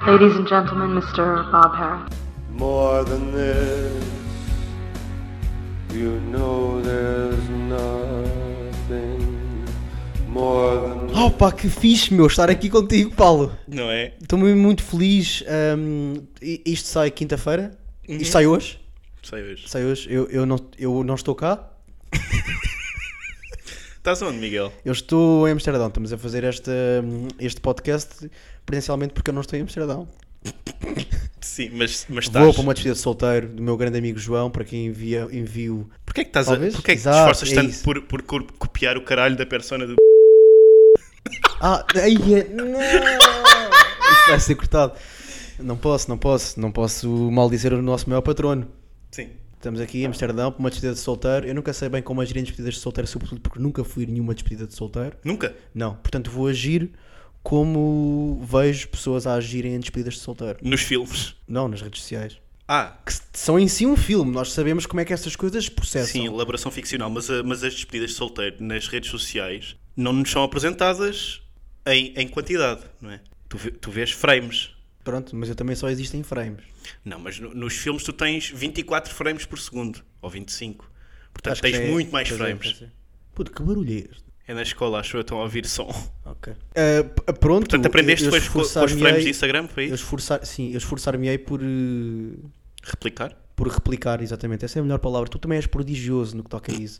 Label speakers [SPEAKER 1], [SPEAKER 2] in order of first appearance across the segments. [SPEAKER 1] Ladies and gentlemen, Mr. Bob Harris.
[SPEAKER 2] More than this, you know there's nothing more than
[SPEAKER 3] Opa, que fixe, meu, estar aqui contigo, Paulo.
[SPEAKER 4] Não é?
[SPEAKER 3] Estou mesmo muito feliz. hum, i- isto sai quinta-feira. Isto sai hoje.
[SPEAKER 4] Sei hoje.
[SPEAKER 3] Sai hoje. Eu, eu, não, eu não estou cá.
[SPEAKER 4] Estás onde, Miguel?
[SPEAKER 3] Eu estou em Amsterdão. Estamos a fazer este, hum, este podcast presencialmente porque eu não estou em Amsterdão.
[SPEAKER 4] Sim, mas, mas
[SPEAKER 3] Vou
[SPEAKER 4] estás.
[SPEAKER 3] para uma despedida de solteiro do meu grande amigo João, para quem envia, envio.
[SPEAKER 4] Porquê é que estás
[SPEAKER 3] Talvez?
[SPEAKER 4] a... Porquê é que
[SPEAKER 3] Exato,
[SPEAKER 4] te esforças
[SPEAKER 3] é
[SPEAKER 4] tanto
[SPEAKER 3] isso.
[SPEAKER 4] por, por cur- copiar o caralho da persona do...
[SPEAKER 3] Ah, ai, é- não! Isto vai ser cortado. Não posso, não posso, não posso maldizer o nosso maior patrono.
[SPEAKER 4] Sim.
[SPEAKER 3] Estamos aqui em Amsterdão para uma despedida de solteiro. Eu nunca sei bem como agir em despedidas de solteiro, sobretudo porque nunca fui a nenhuma despedida de solteiro.
[SPEAKER 4] Nunca?
[SPEAKER 3] Não, portanto vou agir como vejo pessoas a agirem em despedidas de solteiro.
[SPEAKER 4] Nos filmes.
[SPEAKER 3] Não, nas redes sociais.
[SPEAKER 4] Ah,
[SPEAKER 3] Que s- são em si um filme, nós sabemos como é que essas coisas se processam.
[SPEAKER 4] sim, elaboração ficcional. Mas, a- mas as despedidas de solteiro nas redes sociais não nos são apresentadas em, em quantidade, não é? Tu, vê- tu vês frames.
[SPEAKER 3] Pronto, mas eu também só existo em frames.
[SPEAKER 4] Não, mas no- nos filmes tu tens 24 frames por segundo. Ou 25. Portanto,
[SPEAKER 3] que
[SPEAKER 4] tens
[SPEAKER 3] é-
[SPEAKER 4] muito mais
[SPEAKER 3] pois é,
[SPEAKER 4] frames.
[SPEAKER 3] pois é. Puto, que barulho é este?
[SPEAKER 4] É na escola, acho eu, estão a ouvir som.
[SPEAKER 3] Ok. Ah, p- pronto.
[SPEAKER 4] Portanto, aprendeste
[SPEAKER 3] eu
[SPEAKER 4] depois com, com os
[SPEAKER 3] esforçar-me-ei-
[SPEAKER 4] frames de Instagram, foi
[SPEAKER 3] Eu
[SPEAKER 4] isso?
[SPEAKER 3] esforçar, sim, eu esforçar-me-ei por, eh,
[SPEAKER 4] Replicar?
[SPEAKER 3] por replicar, exatamente. Essa é a melhor palavra. Tu também és prodigioso no que toca a isso.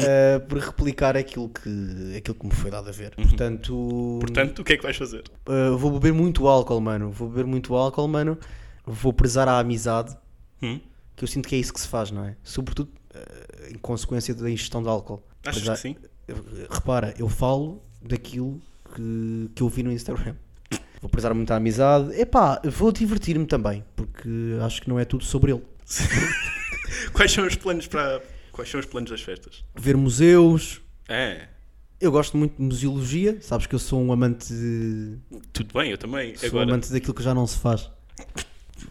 [SPEAKER 3] Ah, por replicar aquilo que, aquilo que me foi dado a ver. Portanto,
[SPEAKER 4] Uhum. Portanto, o que é que vais fazer?
[SPEAKER 3] ah, vou beber muito álcool, mano. Vou beber muito álcool, mano. Vou prezar a amizade,
[SPEAKER 4] Hum?
[SPEAKER 3] que eu sinto que é isso que se faz, não é? Sobretudo ah, em consequência da ingestão de álcool.
[SPEAKER 4] Achas
[SPEAKER 3] Prezar-
[SPEAKER 4] que sim?
[SPEAKER 3] repara, eu falo daquilo que, que eu vi no Instagram. Vou prezar muito a amizade. Epá, vou divertir-me também, porque acho que não é tudo sobre ele.
[SPEAKER 4] Quais são os planos para. Quais são os planos das festas?
[SPEAKER 3] Ver museus.
[SPEAKER 4] É.
[SPEAKER 3] Eu gosto muito de museologia. Sabes que eu sou um amante de-
[SPEAKER 4] Tudo bem, eu também.
[SPEAKER 3] sou um
[SPEAKER 4] Agora,
[SPEAKER 3] amante daquilo que já não se faz.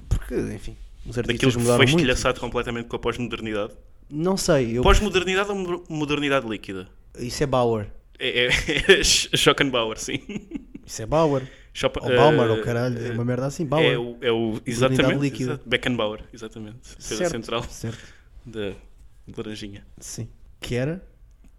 [SPEAKER 3] Porque, enfim, os
[SPEAKER 4] daquilo
[SPEAKER 3] artistas
[SPEAKER 4] que
[SPEAKER 3] mudaram
[SPEAKER 4] foi
[SPEAKER 3] muito.
[SPEAKER 4] estilhaçado completamente com a pós-modernidade.
[SPEAKER 3] Não sei, eu-
[SPEAKER 4] Pós-modernidade ou mo- modernidade líquida?
[SPEAKER 3] isso é Bauer.
[SPEAKER 4] É, é, é Sch- Schopenhauer, sim.
[SPEAKER 3] Isso é Bauer.
[SPEAKER 4] Schopen-
[SPEAKER 3] Ou Bauer,
[SPEAKER 4] eh,
[SPEAKER 3] ou caralho, é uma merda assim, Bauer.
[SPEAKER 4] É o, é o exatamente,
[SPEAKER 3] líquida.
[SPEAKER 4] exato, Beckenbauer, exatamente. Certo.
[SPEAKER 3] Certo,
[SPEAKER 4] central
[SPEAKER 3] Certo,
[SPEAKER 4] da de laranjinha.
[SPEAKER 3] sim. Que era?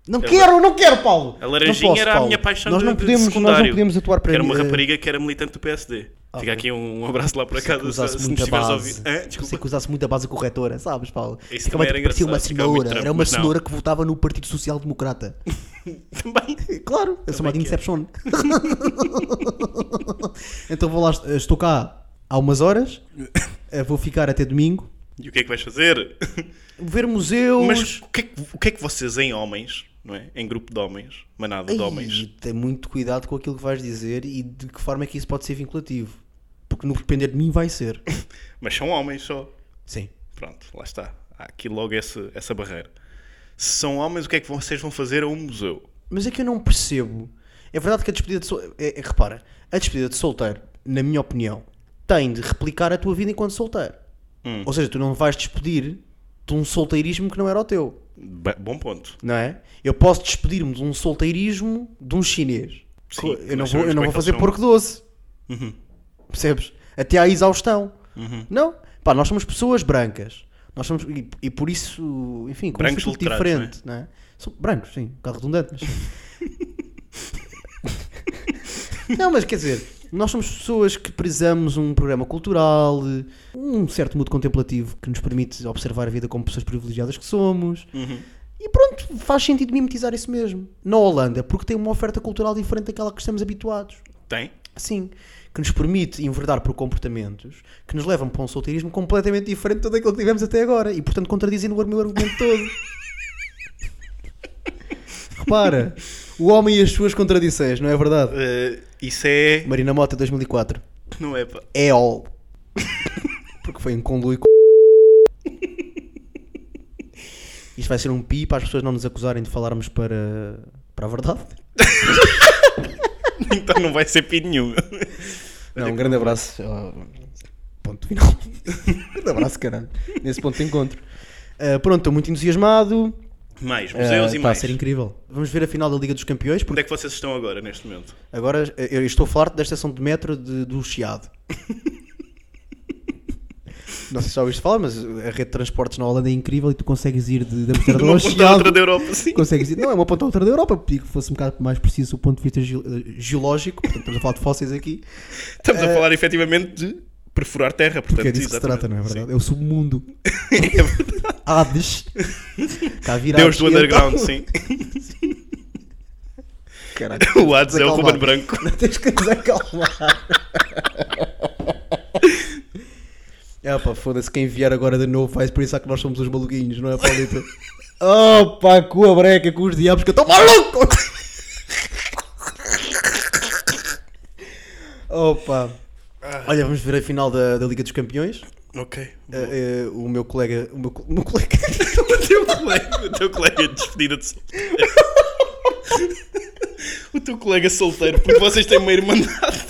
[SPEAKER 3] Não
[SPEAKER 4] É o-
[SPEAKER 3] quero, não quero, Paulo!
[SPEAKER 4] A laranjinha
[SPEAKER 3] Não posso,
[SPEAKER 4] era a
[SPEAKER 3] Paulo.
[SPEAKER 4] minha paixão
[SPEAKER 3] nós
[SPEAKER 4] de,
[SPEAKER 3] não
[SPEAKER 4] de
[SPEAKER 3] podemos,
[SPEAKER 4] secundário.
[SPEAKER 3] Nós não podemos atuar para
[SPEAKER 4] Que era uma
[SPEAKER 3] eh,
[SPEAKER 4] rapariga que era militante do PSD.
[SPEAKER 3] Ah, ok.
[SPEAKER 4] Fica aqui um, um abraço lá para
[SPEAKER 3] Pensei que
[SPEAKER 4] casa se,
[SPEAKER 3] usasse
[SPEAKER 4] se nos
[SPEAKER 3] muita
[SPEAKER 4] estiveres a
[SPEAKER 3] base.
[SPEAKER 4] ouvir. Hã?
[SPEAKER 3] Pensei que
[SPEAKER 4] desculpa.
[SPEAKER 3] usasse muita base corretora, sabes, Paulo?
[SPEAKER 4] Isso
[SPEAKER 3] Ficava
[SPEAKER 4] também era
[SPEAKER 3] tipo, parecia uma
[SPEAKER 4] engraçado, ficava muito
[SPEAKER 3] cenoura.
[SPEAKER 4] trampo,
[SPEAKER 3] Era uma
[SPEAKER 4] mas não.
[SPEAKER 3] cenoura que votava no Partido Social Democrata.
[SPEAKER 4] Também.
[SPEAKER 3] claro, é chamado
[SPEAKER 4] que é.
[SPEAKER 3] Inception. então vou lá, estou cá há umas horas, eh, vou ficar até domingo,
[SPEAKER 4] E o que é que vais fazer?
[SPEAKER 3] ver museus.
[SPEAKER 4] Mas o que, é que, o que é que vocês, em homens, não é? Em grupo de homens, manada
[SPEAKER 3] Ai,
[SPEAKER 4] de homens,
[SPEAKER 3] Tem muito cuidado com aquilo que vais dizer e de que forma é que isso pode ser vinculativo. Porque no que depender de mim vai ser.
[SPEAKER 4] mas são homens só.
[SPEAKER 3] Sim.
[SPEAKER 4] Pronto, lá está. Há aqui logo essa, essa barreira. Se são homens, o que é que vocês vão fazer a um museu?
[SPEAKER 3] Mas é que eu não percebo. É verdade que a despedida de solteiro. repara, a despedida de solteiro, na minha opinião, tem de replicar a tua vida enquanto solteiro.
[SPEAKER 4] Hum.
[SPEAKER 3] Ou seja, tu não vais despedir de um solteirismo que não era o teu.
[SPEAKER 4] Ba- bom ponto.
[SPEAKER 3] Não é? Eu posso despedir-me de um solteirismo de um chinês.
[SPEAKER 4] Sim,
[SPEAKER 3] Co- eu não
[SPEAKER 4] nós
[SPEAKER 3] vou,
[SPEAKER 4] sabemos
[SPEAKER 3] eu não
[SPEAKER 4] como
[SPEAKER 3] vou
[SPEAKER 4] é que eles Uhum.
[SPEAKER 3] fazer
[SPEAKER 4] são.
[SPEAKER 3] porco doce. Percebes? Até à exaustão. Não? Pá, nós somos pessoas brancas. Nós somos, e, e por isso, enfim, como
[SPEAKER 4] Brancos
[SPEAKER 3] se fosse tudo
[SPEAKER 4] letrados,
[SPEAKER 3] diferente. Não é? São brancos, sim, um bocado redundante, mas. Não, mas quer dizer, nós somos pessoas que prezamos um programa cultural, um certo mood contemplativo que nos permite observar a vida como pessoas privilegiadas que somos. E pronto, faz sentido mimetizar isso mesmo. Na Holanda, porque tem uma oferta cultural diferente daquela que estamos habituados.
[SPEAKER 4] Tem?
[SPEAKER 3] Sim, que nos permite enverdar por comportamentos que nos levam para um solteirismo completamente diferente de todo aquilo que tivemos até agora e, portanto, contradizendo o meu argumento todo. Repara, o homem e as suas contradições, não é verdade?
[SPEAKER 4] Eh, isso é.
[SPEAKER 3] Marina Mota 2004.
[SPEAKER 4] Não é pá.
[SPEAKER 3] É all. Porque foi um conluio com. Isto vai ser um pi para as pessoas não nos acusarem de falarmos para, para a verdade.
[SPEAKER 4] Então não vai ser pi nenhum.
[SPEAKER 3] Não, um grande abraço. ó, Ponto final. grande abraço, caralho. Nesse ponto de encontro. Ah, pronto, estou muito entusiasmado.
[SPEAKER 4] Mais,
[SPEAKER 3] Ah,
[SPEAKER 4] museus e
[SPEAKER 3] Está a
[SPEAKER 4] mais.
[SPEAKER 3] ser incrível. Vamos ver a final da Liga dos Campeões,
[SPEAKER 4] Onde
[SPEAKER 3] porque
[SPEAKER 4] é que vocês estão agora, neste momento?
[SPEAKER 3] agora eh, eu estou a falar da estação de metro de- do Chiado. Não sei se já ouviste falar, mas a rede de transportes na Holanda é incrível e tu consegues ir de, de Amsterdão
[SPEAKER 4] Uma
[SPEAKER 3] ao
[SPEAKER 4] ponta à
[SPEAKER 3] Chiado.
[SPEAKER 4] outra da Europa, sim.
[SPEAKER 3] Consegues ir, não, é uma ponta a outra da Europa, pedi que fosse um bocado mais preciso do ponto de vista ge- eh, geológico, portanto estamos a falar de fósseis aqui,
[SPEAKER 4] Estamos a falar efetivamente de perfurar terra, portanto,
[SPEAKER 3] eh, porque é disso que se
[SPEAKER 4] exatamente.
[SPEAKER 3] trata, não é verdade?
[SPEAKER 4] Sim.
[SPEAKER 3] É o submundo.
[SPEAKER 4] É verdade.
[SPEAKER 3] Hades. Cá virados,
[SPEAKER 4] Deus do
[SPEAKER 3] e então-
[SPEAKER 4] underground, sim.
[SPEAKER 3] Caraca,
[SPEAKER 4] O Hades é o
[SPEAKER 3] Desacalmar.
[SPEAKER 4] Ruben Branco.
[SPEAKER 3] Tens que desacalmar. É pá, foda-se, quem vier agora de novo vai pensar que nós somos os maluquinhos, não é, Paulito? oh pá, com a breca, com os diabos que eu estou maluco! oh pá. Olha, vamos ver a final da, da Liga dos Campeões.
[SPEAKER 4] Ok. boa.
[SPEAKER 3] Eh, eh, o meu colega. O meu, co- o meu colega.
[SPEAKER 4] O teu colega, o teu colega de despedida de solteiro. O teu colega solteiro, porque vocês têm uma irmandade.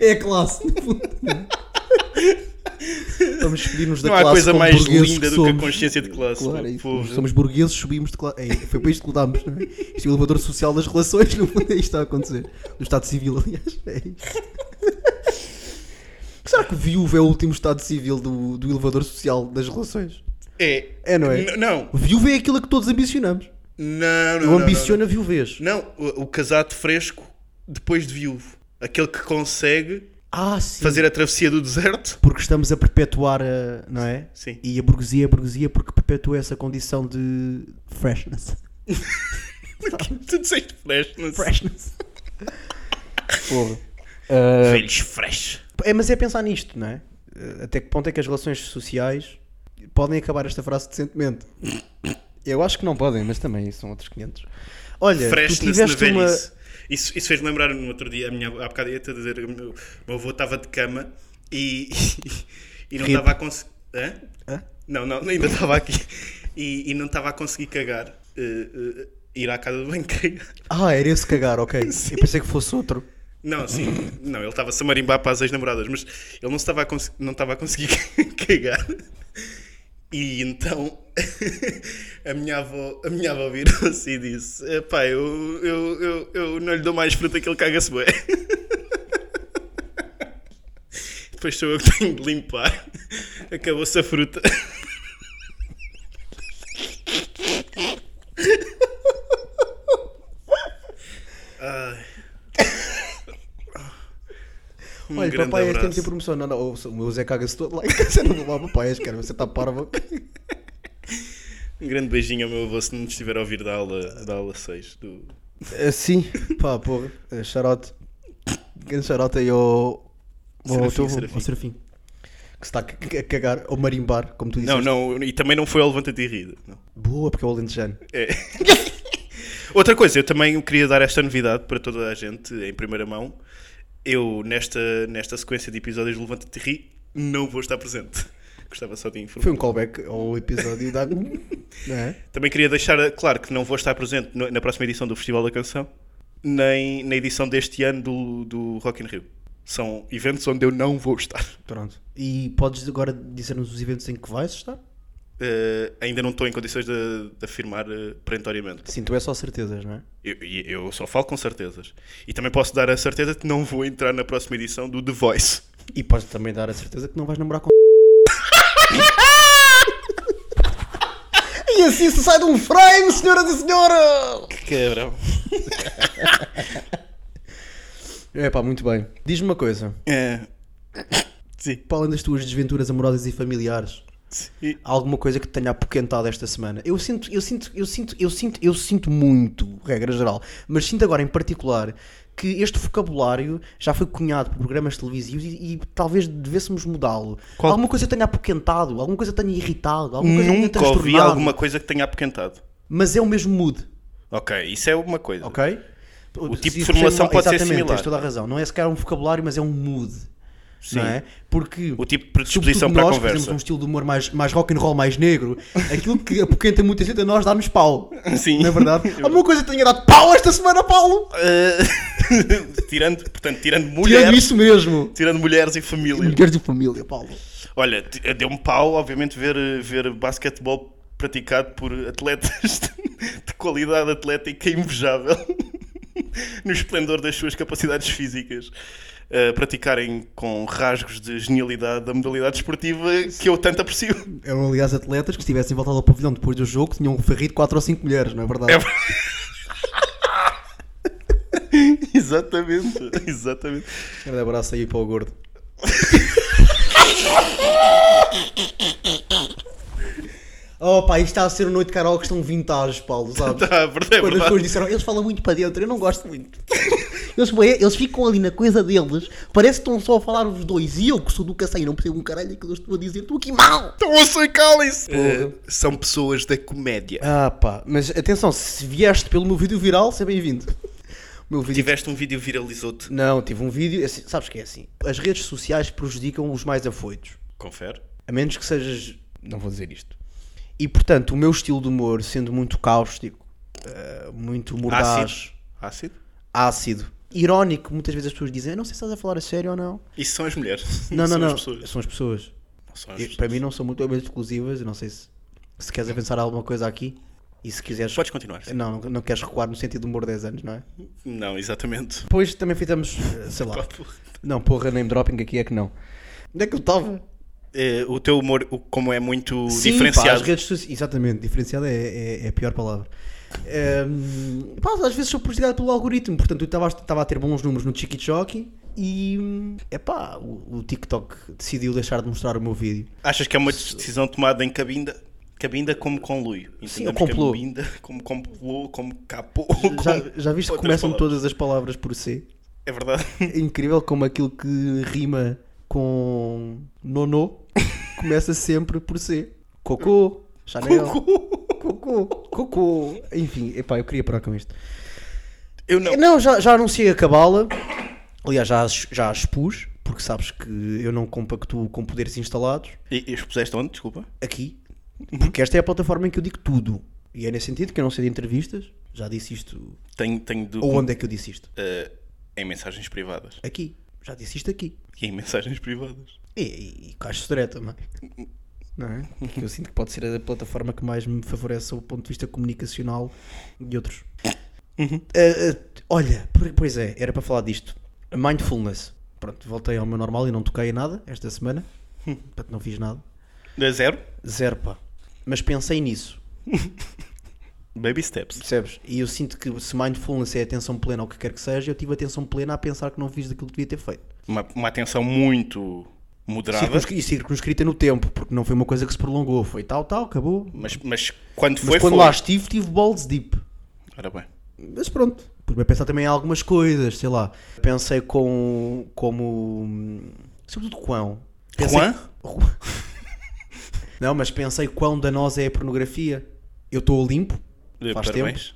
[SPEAKER 3] é a classe, no fundo. Vamos despedir-nos da
[SPEAKER 4] Não há
[SPEAKER 3] classe.
[SPEAKER 4] coisa
[SPEAKER 3] como
[SPEAKER 4] mais
[SPEAKER 3] burgueses
[SPEAKER 4] linda
[SPEAKER 3] que
[SPEAKER 4] do que a
[SPEAKER 3] somos.
[SPEAKER 4] consciência de classe.
[SPEAKER 3] Claro, é
[SPEAKER 4] pô,
[SPEAKER 3] isso.
[SPEAKER 4] porra.
[SPEAKER 3] Somos burgueses, subimos de classe. foi para isto que lutámos, não é? Isto é o elevador social das relações, no fundo é isto que está a acontecer. Do Estado Civil, aliás. É isto. Será que viúva é o último Estado Civil do, do elevador social das relações?
[SPEAKER 4] É.
[SPEAKER 3] É, não é?
[SPEAKER 4] N- Não.
[SPEAKER 3] Viúva é aquilo que todos ambicionamos.
[SPEAKER 4] Não, não.
[SPEAKER 3] Eu
[SPEAKER 4] não,
[SPEAKER 3] ambiciono a viuvez.
[SPEAKER 4] Não, não. não o, o casado fresco depois de viúvo. Aquele que consegue
[SPEAKER 3] Ah, sim.
[SPEAKER 4] fazer a travessia do deserto.
[SPEAKER 3] Porque estamos a perpetuar a. Não é?
[SPEAKER 4] Sim.
[SPEAKER 3] E a burguesia é a burguesia porque perpetua essa condição de freshness.
[SPEAKER 4] Tu disseste fresh, não sei.
[SPEAKER 3] Freshness. Porra.
[SPEAKER 4] Velhos fresh.
[SPEAKER 3] É, mas é pensar nisto, não é? Eh, Até que ponto é que as relações sociais podem acabar esta frase decentemente? Eu acho que não podem, mas também são outros 500. Olha, É, tu
[SPEAKER 4] freshness na
[SPEAKER 3] tiveste uma...
[SPEAKER 4] velhice. Isso, isso fez-me lembrar no outro dia, a minha, há bocado ia-te a dizer, o meu, o meu avô estava de cama e, e, não
[SPEAKER 3] Rip.
[SPEAKER 4] estava a conseguir. Hã?
[SPEAKER 3] Hã?
[SPEAKER 4] Não, não, ainda estava aqui. E, e não estava a conseguir cagar. eh, eh, ir à casa do banho cagar.
[SPEAKER 3] Ah, era esse cagar, ok. Eu pensei que fosse outro.
[SPEAKER 4] Não, sim, não, ele estava-se a marimbar para as ex-namoradas, mas ele não estava a, cons- não estava a conseguir cagar. E então a minha avó, a minha avó virou-se e disse: Epá, eu, eu, eu, eu não lhe dou mais fruta que ele caga-se bem. Depois sou eu que tenho de limpar. Acabou-se a fruta. Ai. Um
[SPEAKER 3] Olha,
[SPEAKER 4] grande
[SPEAKER 3] papai, é este
[SPEAKER 4] abraço.
[SPEAKER 3] temos em promoção. Não, não, o meu Zé caga-se todo lá em casa. Não vou lá, papai, este cara, você está parvo.
[SPEAKER 4] Um grande beijinho ao meu avô se não me estiver a ouvir da aula, da aula 6. Do...
[SPEAKER 3] Assim, pá, porra, eh, charote. Grande charote aí ao... Ao
[SPEAKER 4] Serafim,
[SPEAKER 3] teu avô,
[SPEAKER 4] Serafim.
[SPEAKER 3] ao Serafim. Que se está a c- a cagar, ou marimbar, como tu
[SPEAKER 4] Não,
[SPEAKER 3] disseste.
[SPEAKER 4] não, e também não foi ao Levanta-te e Rida. não.
[SPEAKER 3] Boa, porque é o alentejano.
[SPEAKER 4] É. Outra coisa, eu também queria dar esta novidade para toda a gente, em primeira mão. Eu, nesta, nesta sequência de episódios do Levanta-te e Ri, não vou estar presente. Gostava só de informar.
[SPEAKER 3] Foi um callback ao episódio da. Não é?
[SPEAKER 4] Também queria deixar claro que não vou estar presente no- na próxima edição do Festival da Canção, nem na edição deste ano do, do Rock in Rio. São eventos onde eu não vou estar.
[SPEAKER 3] Pronto. E podes agora dizer-nos os eventos em que vais estar?
[SPEAKER 4] Eh, ainda não estou em condições de, de afirmar eh, perentoriamente.
[SPEAKER 3] Sim, tu é só certezas, não é?
[SPEAKER 4] Eu, e- eu só falo com certezas. E também posso dar a certeza que não vou entrar na próxima edição do The Voice.
[SPEAKER 3] E podes também dar a certeza que não vais namorar com. e assim se sai de um frame, senhoras e senhores!
[SPEAKER 4] Cabrão.
[SPEAKER 3] É pá, muito bem. Diz-me uma coisa.
[SPEAKER 4] É. Sim.
[SPEAKER 3] Para além das tuas desventuras amorosas e familiares,
[SPEAKER 4] Sim.
[SPEAKER 3] há alguma coisa que te tenha apoquentado esta semana. Eu sinto, eu sinto, eu sinto, eu sinto, eu sinto muito, regra geral, mas sinto agora em particular que este vocabulário já foi cunhado por programas televisivos e, e talvez devêssemos mudá-lo.
[SPEAKER 4] Qual?
[SPEAKER 3] Alguma coisa que tenha apoquentado, alguma coisa que tenha irritado, alguma coisa que tenha
[SPEAKER 4] Nunca ouvi
[SPEAKER 3] transtornado,
[SPEAKER 4] alguma coisa que tenha apoquentado.
[SPEAKER 3] mas é o mesmo mood,
[SPEAKER 4] Ok, isso é uma coisa.
[SPEAKER 3] ok? O
[SPEAKER 4] tipo de formulação pode ser
[SPEAKER 3] Exatamente,
[SPEAKER 4] similar.
[SPEAKER 3] tens toda a razão. Não é sequer um vocabulário, mas é um mood.
[SPEAKER 4] Sim.
[SPEAKER 3] Não é? Porque
[SPEAKER 4] O tipo de predisposição
[SPEAKER 3] sobretudo
[SPEAKER 4] para a
[SPEAKER 3] nós, que
[SPEAKER 4] conversa.
[SPEAKER 3] fazemos um estilo de humor mais, mais rock and roll, mais negro, aquilo que apoquenta muita gente a nós dá-nos pau.
[SPEAKER 4] Sim.
[SPEAKER 3] Não é verdade? Alguma coisa que tenha dado pau esta semana, Paulo?
[SPEAKER 4] Eh, tirando, portanto, tirando mulheres.
[SPEAKER 3] Tirando isso mesmo.
[SPEAKER 4] Tirando mulheres e família.
[SPEAKER 3] Mulheres de família, Paulo.
[SPEAKER 4] Olha, t- eh, deu-me pau, obviamente, ver, eh, ver basquetebol praticado por atletas de, de qualidade atlética invejável no esplendor das suas capacidades físicas. eh, praticarem com rasgos de genialidade a modalidade esportiva que eu tanto aprecio.
[SPEAKER 3] Eram, aliás, atletas que se tivessem voltado ao pavilhão depois do jogo tinham ferrido 4 ou 5 mulheres, não é verdade?
[SPEAKER 4] É ver- exatamente, exatamente.
[SPEAKER 3] Grande abraço aí para o gordo. Oh pá, isto está a ser uma noite de karaoke, estão vintage, Paulo, sabes?
[SPEAKER 4] Tá, é
[SPEAKER 3] Quando as
[SPEAKER 4] verdade.
[SPEAKER 3] pessoas disseram, eles falam muito para dentro, eu não gosto muito. Eles, bué, eles ficam ali na coisa deles, parece que estão só a falar os dois. E eu, que sou do cacei, não percebo um caralho que eu estou a dizer, estou aqui mal.
[SPEAKER 4] Então ouçam e calem-se!
[SPEAKER 3] Porra.
[SPEAKER 4] Eh, são pessoas da comédia.
[SPEAKER 3] Ah pá, mas atenção, se vieste pelo meu vídeo viral, seja bem-vindo. O meu vídeo
[SPEAKER 4] Tiveste um vídeo viralizou-te.
[SPEAKER 3] Não, tive um vídeo. assim, sabes que é assim? As redes sociais prejudicam os mais afoitos.
[SPEAKER 4] Confere.
[SPEAKER 3] A menos que sejas. Não vou dizer isto. E portanto, o meu estilo de humor, sendo muito cáustico, eh, muito mordaz,
[SPEAKER 4] Ácido. Ácido?
[SPEAKER 3] ácido. irónico, muitas vezes as pessoas dizem: "Eu Não sei se estás a falar a sério ou não.
[SPEAKER 4] Isso são as mulheres.
[SPEAKER 3] Não, não,
[SPEAKER 4] são
[SPEAKER 3] não.
[SPEAKER 4] As pessoas.
[SPEAKER 3] São as pessoas.
[SPEAKER 4] Não são as
[SPEAKER 3] Eu-
[SPEAKER 4] pessoas.
[SPEAKER 3] para mim, não são muito bem exclusivas. Eu não sei se, se queres avançar alguma coisa aqui. E se quiseres.
[SPEAKER 4] Podes continuar.
[SPEAKER 3] Não, não, não queres recuar no sentido do humor 10 anos, não é?
[SPEAKER 4] Não, exatamente.
[SPEAKER 3] Depois também fizemos, eh, sei lá. Não, porra, name dropping aqui é que não. Onde é que eu estava?
[SPEAKER 4] Eh, o teu humor, o- como é muito
[SPEAKER 3] Sim, pá, as
[SPEAKER 4] diferenciado.
[SPEAKER 3] redes sociais- Exatamente, diferenciado é, é- é a pior palavra. Ehm, pá, às vezes sou prejudicado pelo algoritmo, portanto, eu estava a ter bons números no Chiqui Choki e é pá, o, o TikTok decidiu deixar de mostrar o meu vídeo.
[SPEAKER 4] Achas que é uma decisão tomada em cabinda? Cabinda como conluio.
[SPEAKER 3] Sim,
[SPEAKER 4] Entendemos
[SPEAKER 3] ou complô.
[SPEAKER 4] Cabinda como complô, como capô.
[SPEAKER 3] Já,
[SPEAKER 4] como-
[SPEAKER 3] já viste que
[SPEAKER 4] outras
[SPEAKER 3] começam
[SPEAKER 4] palavras.
[SPEAKER 3] todas as palavras por C?
[SPEAKER 4] É verdade.
[SPEAKER 3] É incrível como aquilo que rima com nono começa sempre por C. Cocô, Chanel. Cocô, cocô. Enfim, epá, eu queria parar com isto.
[SPEAKER 4] Eu não.
[SPEAKER 3] Eu Não, já, já anunciei acabá-la. Aliás, já, as- já a expus, porque sabes que eu não compactuo com poderes instalados
[SPEAKER 4] E, e expuseste onde? Desculpa.
[SPEAKER 3] aqui, porque esta é a plataforma em que eu digo tudo. E é nesse sentido que eu não sei de entrevistas. Já disse isto.
[SPEAKER 4] Tenho, tenho de.
[SPEAKER 3] Ou onde é que eu disse isto?
[SPEAKER 4] Eh, em mensagens privadas.
[SPEAKER 3] Aqui. Já disse isto aqui.
[SPEAKER 4] E em mensagens privadas.
[SPEAKER 3] E, e, e caixa direta também. Não é? Que eu sinto que pode ser a plataforma que mais me favorece do ponto de vista comunicacional e outros. Ah, ah, olha, por- pois é, era para falar disto. Mindfulness. Pronto, voltei ao meu normal e não toquei em nada esta semana. Portanto, não fiz nada.
[SPEAKER 4] Eh, Zero.
[SPEAKER 3] Zero, pá. Mas pensei nisso,
[SPEAKER 4] Baby steps.
[SPEAKER 3] percebes? E eu sinto que se mindfulness é atenção plena ou o que quer que seja, eu tive atenção plena a pensar que não fiz daquilo que devia ter feito.
[SPEAKER 4] Uma, uma atenção muito moderada.
[SPEAKER 3] Circunscri- E circunscrita no tempo, porque não foi uma coisa que se prolongou. Foi tal, tal, acabou,
[SPEAKER 4] Mas, mas quando
[SPEAKER 3] Mas
[SPEAKER 4] foi,
[SPEAKER 3] quando
[SPEAKER 4] foi.
[SPEAKER 3] lá estive, tive balls deep.
[SPEAKER 4] Ora bem.
[SPEAKER 3] Mas pronto, pus-me a pensar também em algumas coisas, sei lá. Pensei com, como. hum, Sobretudo quão. Pensei,
[SPEAKER 4] Juan?
[SPEAKER 3] Juan. Não, mas pensei quão danosa é a pornografia. Eu estou a limpo.
[SPEAKER 4] Eh,
[SPEAKER 3] Faz tempo.
[SPEAKER 4] parabéns.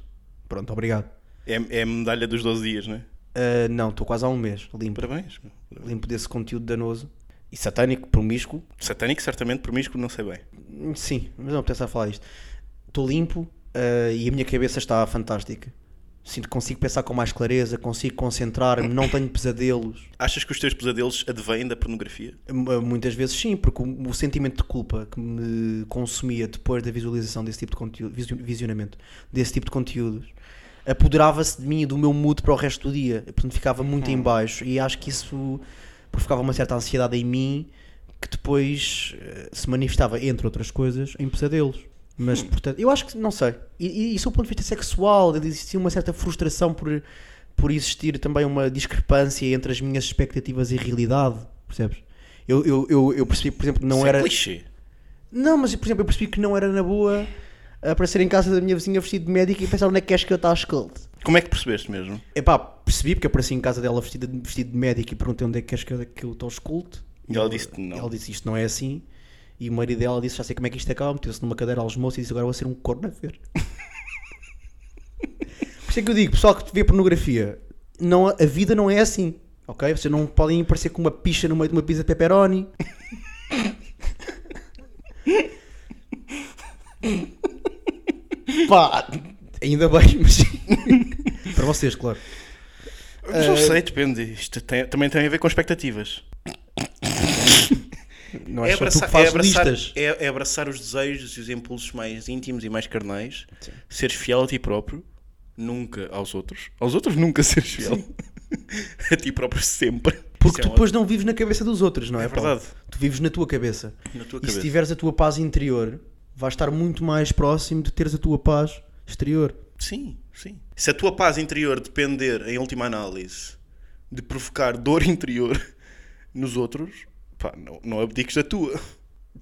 [SPEAKER 3] Pronto, obrigado.
[SPEAKER 4] É, é a medalha dos 12 dias, não é?
[SPEAKER 3] Ah, não, estou quase há um mês limpo.
[SPEAKER 4] Parabéns. meu.
[SPEAKER 3] Limpo desse conteúdo danoso. E satânico, promíscuo.
[SPEAKER 4] Satânico, certamente, promíscuo, não sei bem.
[SPEAKER 3] Hum, Sim, mas não apetece a falar disto. Estou limpo ah, e a minha cabeça está fantástica. Sinto que consigo pensar com mais clareza, consigo concentrar-me, não tenho pesadelos.
[SPEAKER 4] Achas que os teus pesadelos advêm da pornografia?
[SPEAKER 3] M- Muitas vezes sim, porque o, o sentimento de culpa que me consumia depois da visualização desse tipo de conteúdo, visu- visionamento desse tipo de conteúdos, apoderava-se de mim e do meu mood para o resto do dia. Portanto, ficava muito
[SPEAKER 4] Hum.
[SPEAKER 3] em baixo e acho que isso provocava uma certa ansiedade em mim que depois eh, se manifestava, entre outras coisas, em pesadelos.
[SPEAKER 4] Hum.
[SPEAKER 3] Mas, portanto, eu acho que, não sei, e, e, isso do ponto de vista sexual, existia uma certa frustração por, por existir também uma discrepância entre as minhas expectativas e realidade, percebes? Eu, eu, eu, eu percebi, por exemplo, não
[SPEAKER 4] Isso é
[SPEAKER 3] era...
[SPEAKER 4] clichê.
[SPEAKER 3] Não, mas por exemplo, eu percebi que não era na boa eh, aparecer em casa da minha vizinha vestido de médico e pensar onde é que queres que eu estava escolde.
[SPEAKER 4] Como é que percebeste mesmo?
[SPEAKER 3] Epá, percebi porque apareci em casa dela vestida de- vestido de médico e perguntei onde é que queres que eu- que eu te esculte.
[SPEAKER 4] E ela disse não.
[SPEAKER 3] Ela disse isto não é assim. E o marido dela disse já sei como é que isto acaba, meteu-se numa cadeira aos moços e disse agora vou ser um corno a ver. Por isso é que eu digo, pessoal que vê pornografia, não, a vida não é assim. Ok? Vocês não podem aparecer com uma picha no meio de uma pizza de pepperoni. Pá, ainda bem, mas. Para vocês, claro. Eh,
[SPEAKER 4] Mas não sei, depende. Isto tem- também tem a ver com expectativas.
[SPEAKER 3] Não é, só tu
[SPEAKER 4] abraçar-
[SPEAKER 3] que fazes
[SPEAKER 4] é abraçar-
[SPEAKER 3] listas.
[SPEAKER 4] é- é abraçar os desejos e os impulsos mais íntimos e mais carnais. Seres fiel a ti próprio. Nunca aos outros. Aos outros nunca seres fiel. a ti próprio sempre.
[SPEAKER 3] Porque
[SPEAKER 4] Isso é
[SPEAKER 3] tu depois não vives na cabeça dos outros, não é?
[SPEAKER 4] É
[SPEAKER 3] Paulo?
[SPEAKER 4] verdade.
[SPEAKER 3] Tu vives na tua cabeça.
[SPEAKER 4] Na tua
[SPEAKER 3] e se
[SPEAKER 4] cabeça.
[SPEAKER 3] tiveres a tua paz interior, vais estar muito mais próximo de teres a tua paz exterior.
[SPEAKER 4] Sim, sim. Se a tua paz interior depender, em última análise, de provocar dor interior nos outros, pá, não, não abdiques da tua.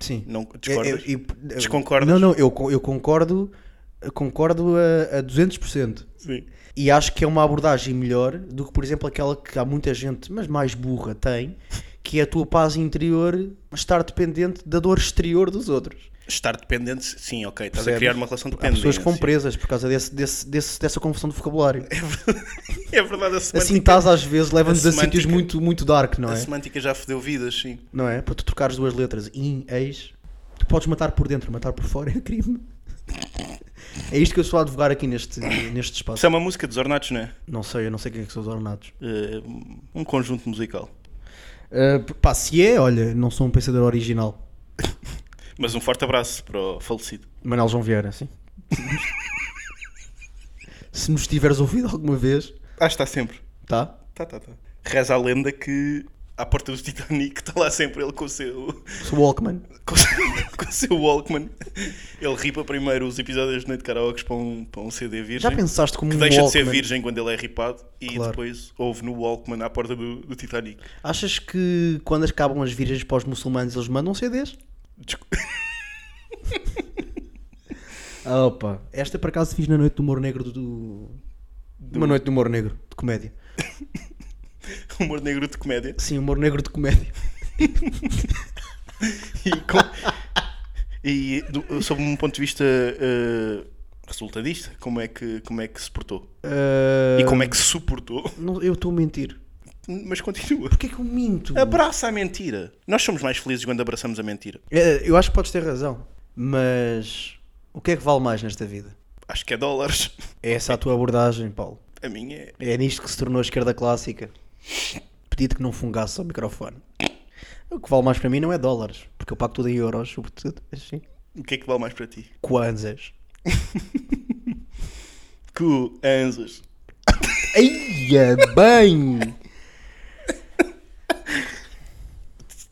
[SPEAKER 3] Sim. É,
[SPEAKER 4] Não, discordas?
[SPEAKER 3] Eu- eu- eu-
[SPEAKER 4] Desconcordas?
[SPEAKER 3] eh, Não, não, eu, co- eu concordo, eu concordo a, a 200%.
[SPEAKER 4] Sim.
[SPEAKER 3] E acho que é uma abordagem melhor do que, por exemplo, aquela que há muita gente, mas mais burra, tem, que é a tua paz interior estar dependente da dor exterior dos outros.
[SPEAKER 4] Estar dependente, sim, ok. Estás a
[SPEAKER 3] Percebes?
[SPEAKER 4] criar uma relação de
[SPEAKER 3] Há
[SPEAKER 4] dependência.
[SPEAKER 3] pessoas que ficam presas por causa desse, desse- desse- dessa confusão de vocabulário.
[SPEAKER 4] É verdade, a semântica,
[SPEAKER 3] Assim estás às vezes leva-nos
[SPEAKER 4] a
[SPEAKER 3] a sítios
[SPEAKER 4] semântica-
[SPEAKER 3] muito, muito dark, não
[SPEAKER 4] a
[SPEAKER 3] é?
[SPEAKER 4] semântica já fodeu vidas, sim.
[SPEAKER 3] Não é? Para tu trocares duas letras, in, eis, tu podes matar por dentro, matar por fora é crime. É isto que eu sou a advogar aqui neste, neste espaço.
[SPEAKER 4] Isso é uma música dos Ornatos, não é?
[SPEAKER 3] Não sei, eu não sei o que é que são os ornados.
[SPEAKER 4] Eh, um conjunto musical.
[SPEAKER 3] Ah, pá, se é, olha, não sou um pensador original.
[SPEAKER 4] Mas um forte abraço para o falecido.
[SPEAKER 3] Manuel João Vieira, sim. se nos tiveres ouvido alguma vez,
[SPEAKER 4] Ah, está sempre.
[SPEAKER 3] tá?
[SPEAKER 4] Tá, tá, tá. Reza a lenda que à porta do Titanic está lá sempre ele com o seu.
[SPEAKER 3] Sou Walkman.
[SPEAKER 4] com o seu, com o seu Walkman. Ele ripa primeiro os episódios de Noite de Karaokes para um, para um CD virgem.
[SPEAKER 3] Já pensaste como
[SPEAKER 4] que
[SPEAKER 3] um
[SPEAKER 4] deixa de ser
[SPEAKER 3] Walkman-
[SPEAKER 4] virgem quando ele é ripado e
[SPEAKER 3] Claro.
[SPEAKER 4] depois ouve no Walkman à porta do, do Titanic.
[SPEAKER 3] Achas que quando acabam as virgens para os muçulmanos eles mandam CDs?
[SPEAKER 4] Desco-
[SPEAKER 3] Ah, opa. Esta por acaso fiz na noite do humor negro do. do- Uma noite do humor negro, de comédia.
[SPEAKER 4] Humor negro de comédia.
[SPEAKER 3] Sim, humor negro de comédia.
[SPEAKER 4] E, com- e do- sob um ponto de vista eh, resultadista, como é, que, como é que se portou?
[SPEAKER 3] Ah.
[SPEAKER 4] E como é que se suportou?
[SPEAKER 3] Não, eu estou a mentir.
[SPEAKER 4] Mas continua.
[SPEAKER 3] Porquê que eu minto?
[SPEAKER 4] Abraça a mentira. Nós somos mais felizes quando abraçamos a mentira.
[SPEAKER 3] É, eu acho que podes ter razão. Mas o que é que vale mais nesta vida?
[SPEAKER 4] Acho que é dólares.
[SPEAKER 3] É essa a tua abordagem, Paulo.
[SPEAKER 4] A minha é.
[SPEAKER 3] É nisto que se tornou a esquerda clássica. Pedido que não fungasse ao microfone. O que vale mais para mim não é dólares, porque eu pago tudo em euros, sobretudo. Assim.
[SPEAKER 4] O que é que vale mais para ti?
[SPEAKER 3] Kwanzas.
[SPEAKER 4] Que o anzas.
[SPEAKER 3] Eia, bem!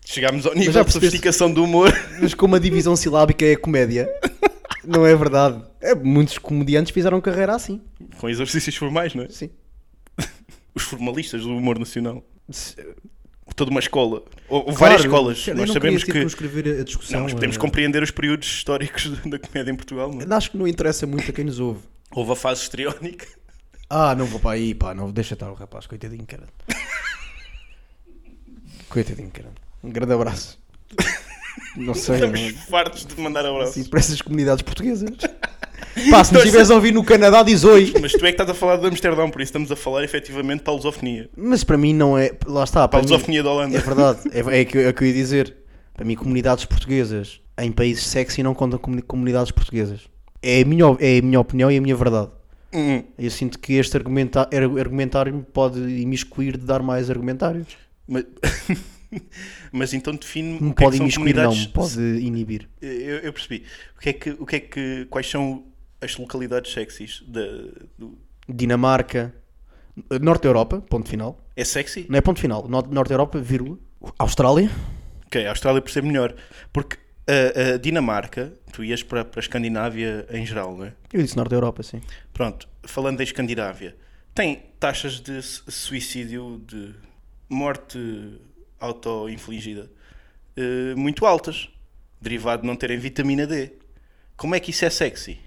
[SPEAKER 4] Chegámos ao nível
[SPEAKER 3] já
[SPEAKER 4] de
[SPEAKER 3] percebeste-
[SPEAKER 4] sofisticação do humor.
[SPEAKER 3] Mas como a divisão silábica é comédia, não é verdade? É, muitos comediantes fizeram carreira assim.
[SPEAKER 4] Com exercícios formais, não é?
[SPEAKER 3] Sim.
[SPEAKER 4] Os formalistas do humor nacional.
[SPEAKER 3] Se-
[SPEAKER 4] Toda uma escola. Ou, ou
[SPEAKER 3] Claro,
[SPEAKER 4] várias escolas.
[SPEAKER 3] eu não
[SPEAKER 4] Nós
[SPEAKER 3] queria tipo,
[SPEAKER 4] sabemos que.
[SPEAKER 3] circunscrever a- a discussão.
[SPEAKER 4] Não, mas podemos
[SPEAKER 3] eh,
[SPEAKER 4] compreender os períodos históricos da comédia em Portugal. Não? é?
[SPEAKER 3] Acho que não interessa muito a quem nos ouve.
[SPEAKER 4] Houve a fase histriónica.
[SPEAKER 3] Ah, não vou para aí, pá, não, deixa estar o rapaz, coitadinho, cara. coitadinho, cara. Um grande abraço. Não sei,
[SPEAKER 4] Estamos
[SPEAKER 3] não-
[SPEAKER 4] fartos de mandar abraços.
[SPEAKER 3] assim, para essas comunidades portuguesas. Pá, se
[SPEAKER 4] Torce-
[SPEAKER 3] nos estiveres a ouvir no Canadá, diz oi.
[SPEAKER 4] Mas tu é que estás a falar de Amsterdão, por isso estamos a falar efetivamente para a lusofonia.
[SPEAKER 3] Mas para mim não é. Lá está,
[SPEAKER 4] Para
[SPEAKER 3] para
[SPEAKER 4] a
[SPEAKER 3] mim.
[SPEAKER 4] lusofonia da Holanda.
[SPEAKER 3] É verdade, é, é, que, é que eu ia dizer. Para mim, comunidades portuguesas em países sexy não contam como comunidades portuguesas. É a, minha, op- é a minha opinião e a minha verdade.
[SPEAKER 4] Hum.
[SPEAKER 3] Eu sinto que este argumenta- ar- argumentário me pode imiscuir de dar mais argumentários.
[SPEAKER 4] Mas, hum. mas então define-me
[SPEAKER 3] Me
[SPEAKER 4] o que é
[SPEAKER 3] pode
[SPEAKER 4] que são
[SPEAKER 3] imiscuir, não,
[SPEAKER 4] comunidades.
[SPEAKER 3] me pode inibir.
[SPEAKER 4] Eu, eu percebi. O que é que, o que é que, quais são as localidades sexys? Da, do-
[SPEAKER 3] Dinamarca, Norte da Europa, ponto final.
[SPEAKER 4] É sexy?
[SPEAKER 3] Não é ponto final, Nor- Norte da Europa, vírgula. Austrália?
[SPEAKER 4] Ok, a Austrália percebe melhor. Porque a, a Dinamarca, tu ias para, para a Escandinávia em geral, não é?
[SPEAKER 3] Eu disse Norte da Europa, sim.
[SPEAKER 4] Pronto, falando da Escandinávia, tem taxas de su- suicídio, de morte autoinfligida eh, muito altas, derivado de não terem vitamina D. Como é que isso é sexy?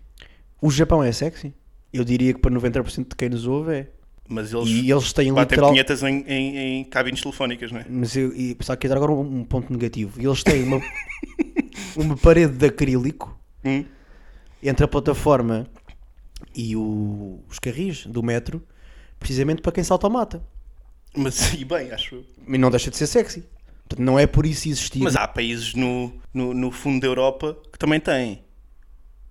[SPEAKER 3] O Japão é sexy? Eu diria que para 90% de quem nos ouve é.
[SPEAKER 4] Mas eles,
[SPEAKER 3] E eles têm
[SPEAKER 4] batem
[SPEAKER 3] literal...
[SPEAKER 4] punhetas em, em- em cabines telefónicas, não é?
[SPEAKER 3] Mas eu e, só que agora um, um ponto negativo. E eles têm uma, uma parede de acrílico
[SPEAKER 4] Hum.
[SPEAKER 3] entre a plataforma e o- os carris do metro, precisamente para quem salta a mata.
[SPEAKER 4] Mas e bem, acho eu.
[SPEAKER 3] E não deixa de ser sexy. Portanto, não é por isso existir.
[SPEAKER 4] Mas há países no, no, no fundo da Europa que também têm.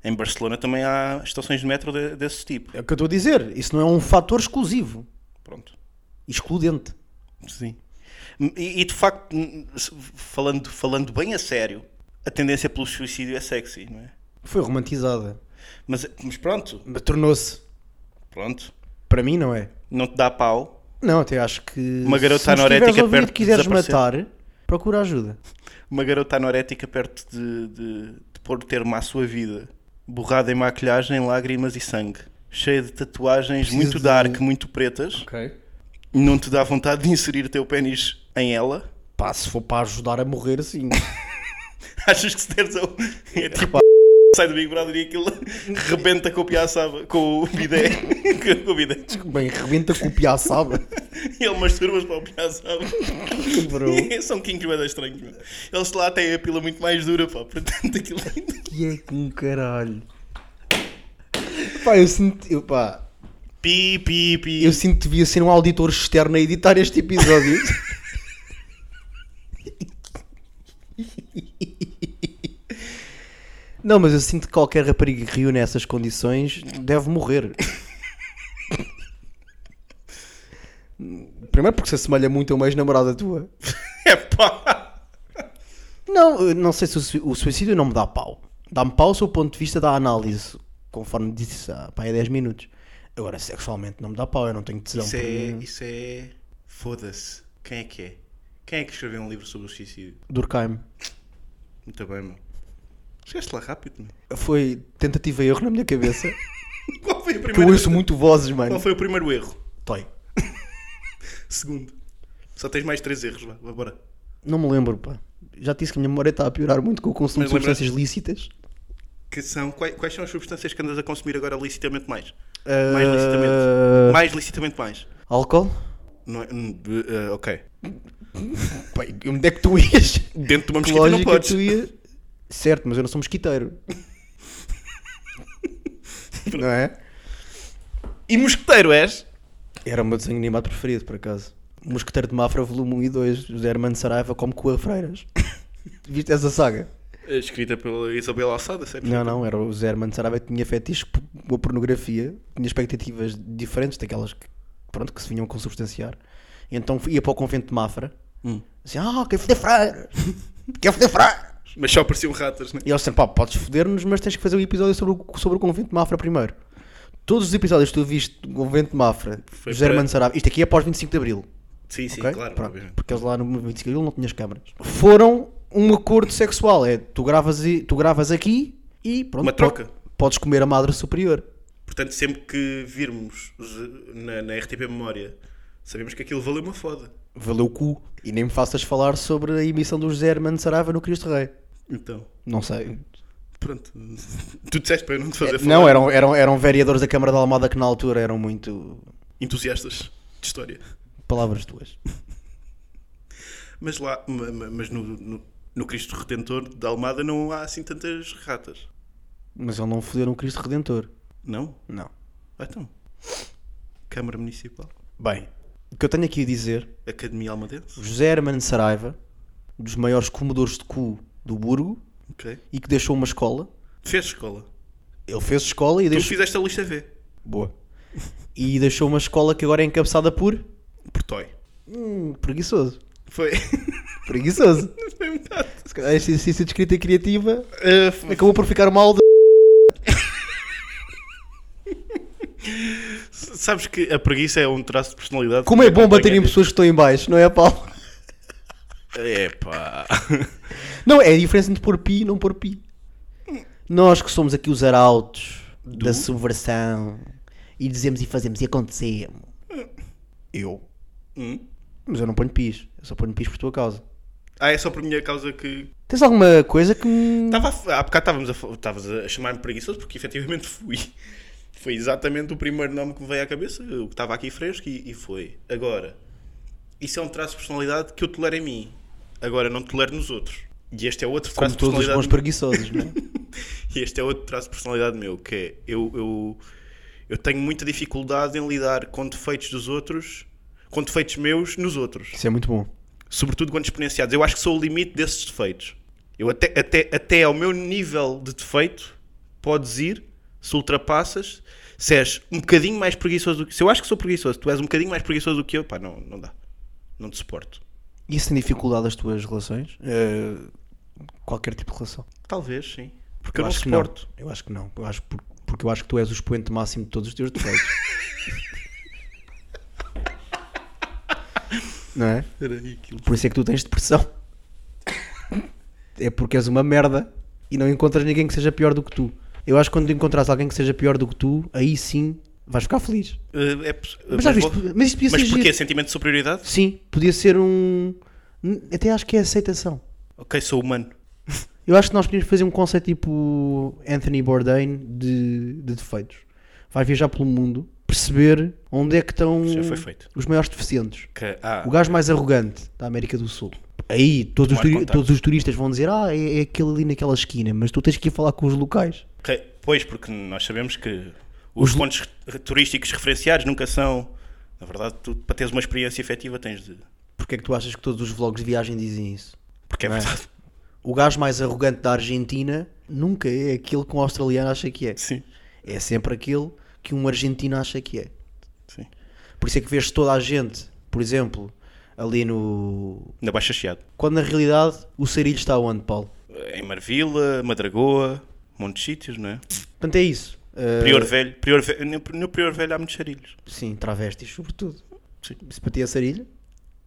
[SPEAKER 4] Em Barcelona também há estações de metro de- desse tipo.
[SPEAKER 3] É o que eu estou a dizer. Isso não é um fator exclusivo,
[SPEAKER 4] Pronto.
[SPEAKER 3] excludente.
[SPEAKER 4] Sim. E, e, de facto, n- se- falando, falando bem a sério, a tendência pelo suicídio é sexy, não é?
[SPEAKER 3] Foi romantizada.
[SPEAKER 4] Mas, mas pronto,
[SPEAKER 3] Mas Tornou-se.
[SPEAKER 4] pronto.
[SPEAKER 3] Para mim, não é.
[SPEAKER 4] Não te dá pau,
[SPEAKER 3] Não, até acho que.
[SPEAKER 4] Uma garota
[SPEAKER 3] se nos
[SPEAKER 4] anorética
[SPEAKER 3] tiveres ouvido
[SPEAKER 4] perto
[SPEAKER 3] e
[SPEAKER 4] de
[SPEAKER 3] quiseres
[SPEAKER 4] desaparecer.
[SPEAKER 3] matar, procura ajuda.
[SPEAKER 4] Uma garota anorética perto de, de, de pôr termo à sua vida. Borrada em maquilhagem, lágrimas e sangue. Cheia de tatuagens
[SPEAKER 3] Precisa
[SPEAKER 4] muito
[SPEAKER 3] de-
[SPEAKER 4] dark, muito pretas.
[SPEAKER 3] Ok.
[SPEAKER 4] Não te dá vontade de inserir o teu pênis em ela?
[SPEAKER 3] Pá, se for para ajudar a morrer, sim.
[SPEAKER 4] Achas que se deres ao... É tipo... Sai do Big Brother e aquilo rebenta com o piaçaba, com o bidé, com o bidé.
[SPEAKER 3] Bem, rebenta com o piaçaba.
[SPEAKER 4] E ele masturba-se para o piaçaba. É um
[SPEAKER 3] Bro.
[SPEAKER 4] São quinques bem estranhos, meu. Eles lá têm a pila muito mais dura, pá. Portanto, aquilo...
[SPEAKER 3] Que é com caralho. Pá, eu sinto. Eu, pá,
[SPEAKER 4] Pi, pi, pi.
[SPEAKER 3] eu sinto que devia ser um auditor externo a editar este episódio. Não, mas eu sinto que qualquer rapariga que riu nessas condições deve morrer. Primeiro porque se assemelha muito a uma ex-namorada tua.
[SPEAKER 4] É pá.
[SPEAKER 3] Não, eu não sei se o sui- o suicídio não me dá pau. Dá-me pau do ponto de vista da análise, conforme disse há, pá, há 10 minutos. Agora, sexualmente não me dá pau, eu não tenho tesão.
[SPEAKER 4] Isso
[SPEAKER 3] por-
[SPEAKER 4] é... Isso é... Foda-se. Quem é que é? Quem é que escreveu um livro sobre o suicídio?
[SPEAKER 3] Durkheim.
[SPEAKER 4] Muito bem, meu. Chegaste lá rápido, meu.
[SPEAKER 3] Foi tentativa e erro na minha cabeça.
[SPEAKER 4] Qual foi o
[SPEAKER 3] Porque eu
[SPEAKER 4] primeiro...
[SPEAKER 3] ouço muito vozes, mano.
[SPEAKER 4] Qual foi o primeiro erro?
[SPEAKER 3] Toy.
[SPEAKER 4] Segundo. Só tens mais três erros, vá, vá, bora.
[SPEAKER 3] Não me lembro, pá. Já te disse que a minha memória está a piorar muito com o consumo
[SPEAKER 4] Mas
[SPEAKER 3] de substâncias lícitas.
[SPEAKER 4] Que são, quais, quais são as substâncias que andas a consumir agora licitamente mais?
[SPEAKER 3] Ah,
[SPEAKER 4] Mais licitamente. Mais licitamente mais.
[SPEAKER 3] Álcool?
[SPEAKER 4] Não é- hum, b- ah, ok.
[SPEAKER 3] Bem, onde é que tu ias?
[SPEAKER 4] Dentro de uma
[SPEAKER 3] Que
[SPEAKER 4] mosquita não
[SPEAKER 3] lógica
[SPEAKER 4] podes.
[SPEAKER 3] tu ia... Certo, mas eu não sou mosquiteiro. não é?
[SPEAKER 4] E mosqueteiro és?
[SPEAKER 3] Era o meu desenho animado preferido, por acaso. Mosqueteiro de Mafra, volume 1 e 2, José Armando Saraiva, como Coa Freiras. Viste essa saga?
[SPEAKER 4] É Escrita pela Isabel Alçada, certo?
[SPEAKER 3] Não, não, era o José Armando Saraiva que tinha fetiche por uma pornografia, tinha expectativas diferentes daquelas que, pronto, que se vinham consubstanciar. E então ia para o convento de Mafra,
[SPEAKER 4] Hum.
[SPEAKER 3] assim, ah, quero foder freiras, quero foder freiras.
[SPEAKER 4] Mas só apareciam ratas, né?
[SPEAKER 3] E eles disseram, pá, podes foder-nos, mas tens que fazer um episódio sobre o, sobre o convento de Mafra primeiro. Todos os episódios que tu viste do convento de Mafra,
[SPEAKER 4] Foi
[SPEAKER 3] José
[SPEAKER 4] para-
[SPEAKER 3] Armando Saraiva, isto aqui é após 25 de Abril.
[SPEAKER 4] Sim, sim,
[SPEAKER 3] Ok?
[SPEAKER 4] claro.
[SPEAKER 3] Pronto,
[SPEAKER 4] obviamente.
[SPEAKER 3] porque eles lá no 25 de Abril não tinham as câmaras. Foram um acordo sexual. É, tu gravas, e- tu gravas aqui e pronto.
[SPEAKER 4] Uma troca.
[SPEAKER 3] po- Podes comer a madre superior.
[SPEAKER 4] Portanto, sempre que virmos os- na, na RTP Memória, sabemos que aquilo valeu uma foda.
[SPEAKER 3] Valeu o cu. E nem me faças falar sobre a emissão do José Hermano Saraiva no Cristo Rei.
[SPEAKER 4] Então,
[SPEAKER 3] Não sei. É,
[SPEAKER 4] pronto. Tu disseste para eu É, não te fazer falar.
[SPEAKER 3] Não, eram, eram, eram vereadores da Câmara da Almada que na altura eram muito.
[SPEAKER 4] Entusiastas de história.
[SPEAKER 3] Palavras tuas.
[SPEAKER 4] Mas lá, ma- ma- mas no, no, no Cristo Redentor da Almada não há assim tantas ratas.
[SPEAKER 3] Mas ele não fodeu um Cristo Redentor.
[SPEAKER 4] Não?
[SPEAKER 3] Não.
[SPEAKER 4] Ah, Então. Câmara Municipal.
[SPEAKER 3] Bem, o que eu tenho aqui a dizer
[SPEAKER 4] Academia Almadense.
[SPEAKER 3] José Hermano Saraiva, um dos maiores comedores de cu do Burgo
[SPEAKER 4] Ok.
[SPEAKER 3] e que deixou uma escola.
[SPEAKER 4] Fez escola.
[SPEAKER 3] Ele fez escola e
[SPEAKER 4] Tu
[SPEAKER 3] deixou.
[SPEAKER 4] fizeste a lista V.
[SPEAKER 3] Boa. E deixou uma escola que agora é encabeçada por.
[SPEAKER 4] Portói.
[SPEAKER 3] Hum, preguiçoso.
[SPEAKER 4] Foi.
[SPEAKER 3] Preguiçoso.
[SPEAKER 4] Foi um metade.
[SPEAKER 3] Se calhar este exercício de escrita criativa
[SPEAKER 4] Ah, foi-
[SPEAKER 3] acabou por ficar mal de.
[SPEAKER 4] Sabes que a preguiça é um traço de personalidade.
[SPEAKER 3] Como é bom bater em
[SPEAKER 4] pessoas.
[SPEAKER 3] pessoas que estão em baixo, não é, Paulo?
[SPEAKER 4] Epá.
[SPEAKER 3] Não, é a diferença entre pôr pi e não pôr pi. Nós que somos aqui os arautos da subversão e dizemos e fazemos e acontecemos. Eu.
[SPEAKER 4] Hum?
[SPEAKER 3] Mas eu não ponho pis. Eu só ponho pis por tua causa.
[SPEAKER 4] Ah, é só por minha causa que.
[SPEAKER 3] Tens alguma coisa que me.
[SPEAKER 4] Estava a... Há bocado estávamos a fa- estavas a, chamar-me preguiçoso porque efetivamente fui. Foi exatamente o primeiro nome que me veio à cabeça, o que estava aqui fresco e, e foi. Agora, isso é um traço de personalidade que eu tolero em mim. Agora, não tolero nos outros. E este é outro traço
[SPEAKER 3] Como
[SPEAKER 4] de
[SPEAKER 3] todos os
[SPEAKER 4] personalidade.
[SPEAKER 3] bons preguiçosos, não é?
[SPEAKER 4] E este é outro traço de personalidade meu, que é eu, eu, eu tenho muita dificuldade em lidar com defeitos dos outros, com defeitos meus nos outros,
[SPEAKER 3] Isso é muito bom.
[SPEAKER 4] sobretudo quando exponenciados. Eu acho que sou o limite desses defeitos. Eu até, até, até ao meu nível de defeito podes ir, se ultrapassas, se és um bocadinho mais preguiçoso do que. Se eu acho que sou preguiçoso, tu és um bocadinho mais preguiçoso do que eu, pá, não, não dá. Não te suporto.
[SPEAKER 3] E isso tem dificuldade as tuas relações? Eh, qualquer tipo de relação?
[SPEAKER 4] Talvez, sim. Porque eu, não
[SPEAKER 3] acho
[SPEAKER 4] suporto.
[SPEAKER 3] que não. Eu acho que não. Eu acho por- porque eu acho que tu és o expoente máximo de todos os teus defeitos. não é?
[SPEAKER 4] Era aquilo.
[SPEAKER 3] Por isso é que tu tens depressão. É porque és uma merda e não encontras ninguém que seja pior do que tu. Eu acho que quando encontras alguém que seja pior do que tu, aí sim vais ficar feliz.
[SPEAKER 4] Eh, é poss-
[SPEAKER 3] Mas, já viste?
[SPEAKER 4] vou-
[SPEAKER 3] Mas isto podia
[SPEAKER 4] Mas
[SPEAKER 3] ser.
[SPEAKER 4] porquê?
[SPEAKER 3] giro.
[SPEAKER 4] Sentimento de superioridade?
[SPEAKER 3] Sim, podia ser um. Até acho que é aceitação.
[SPEAKER 4] Ok, sou humano.
[SPEAKER 3] Eu acho que nós podíamos fazer um conceito tipo Anthony Bourdain de, de defeitos. Vai viajar pelo mundo, perceber onde é que estão
[SPEAKER 4] Já foi feito.
[SPEAKER 3] os maiores deficientes.
[SPEAKER 4] Que- ah,
[SPEAKER 3] O gajo mais arrogante da América do Sul. Aí todos os,
[SPEAKER 4] Tomar
[SPEAKER 3] turi-
[SPEAKER 4] contacto.
[SPEAKER 3] todos os turistas vão dizer: Ah, é, é aquele ali naquela esquina, mas tu tens que ir falar com os locais.
[SPEAKER 4] ok. Pois, porque nós sabemos que os, pontos re- turísticos referenciados nunca são. Na verdade, tu, para teres uma experiência efetiva tens de.
[SPEAKER 3] Porquê é que tu achas que todos os vlogs de viagem dizem isso?
[SPEAKER 4] Porque é
[SPEAKER 3] Não é?
[SPEAKER 4] verdade.
[SPEAKER 3] O gajo mais arrogante da Argentina nunca é aquele que um australiano acha que é.
[SPEAKER 4] Sim.
[SPEAKER 3] É sempre aquele que um argentino acha que é.
[SPEAKER 4] Sim.
[SPEAKER 3] Por isso é que vês toda a gente, por exemplo, ali no.
[SPEAKER 4] Na Baixa Chiado.
[SPEAKER 3] Quando na realidade o sarilho está onde, Paulo?
[SPEAKER 4] Em Marvila, Madragoa, um monte de sítios, não é?
[SPEAKER 3] Portanto, é isso. Ah,
[SPEAKER 4] Prior Velho. Prior Velho- no- No Prior Velho há muitos charilhos.
[SPEAKER 3] Sim, travestis, sobretudo.
[SPEAKER 4] Sim.
[SPEAKER 3] Se para ti é sarilho.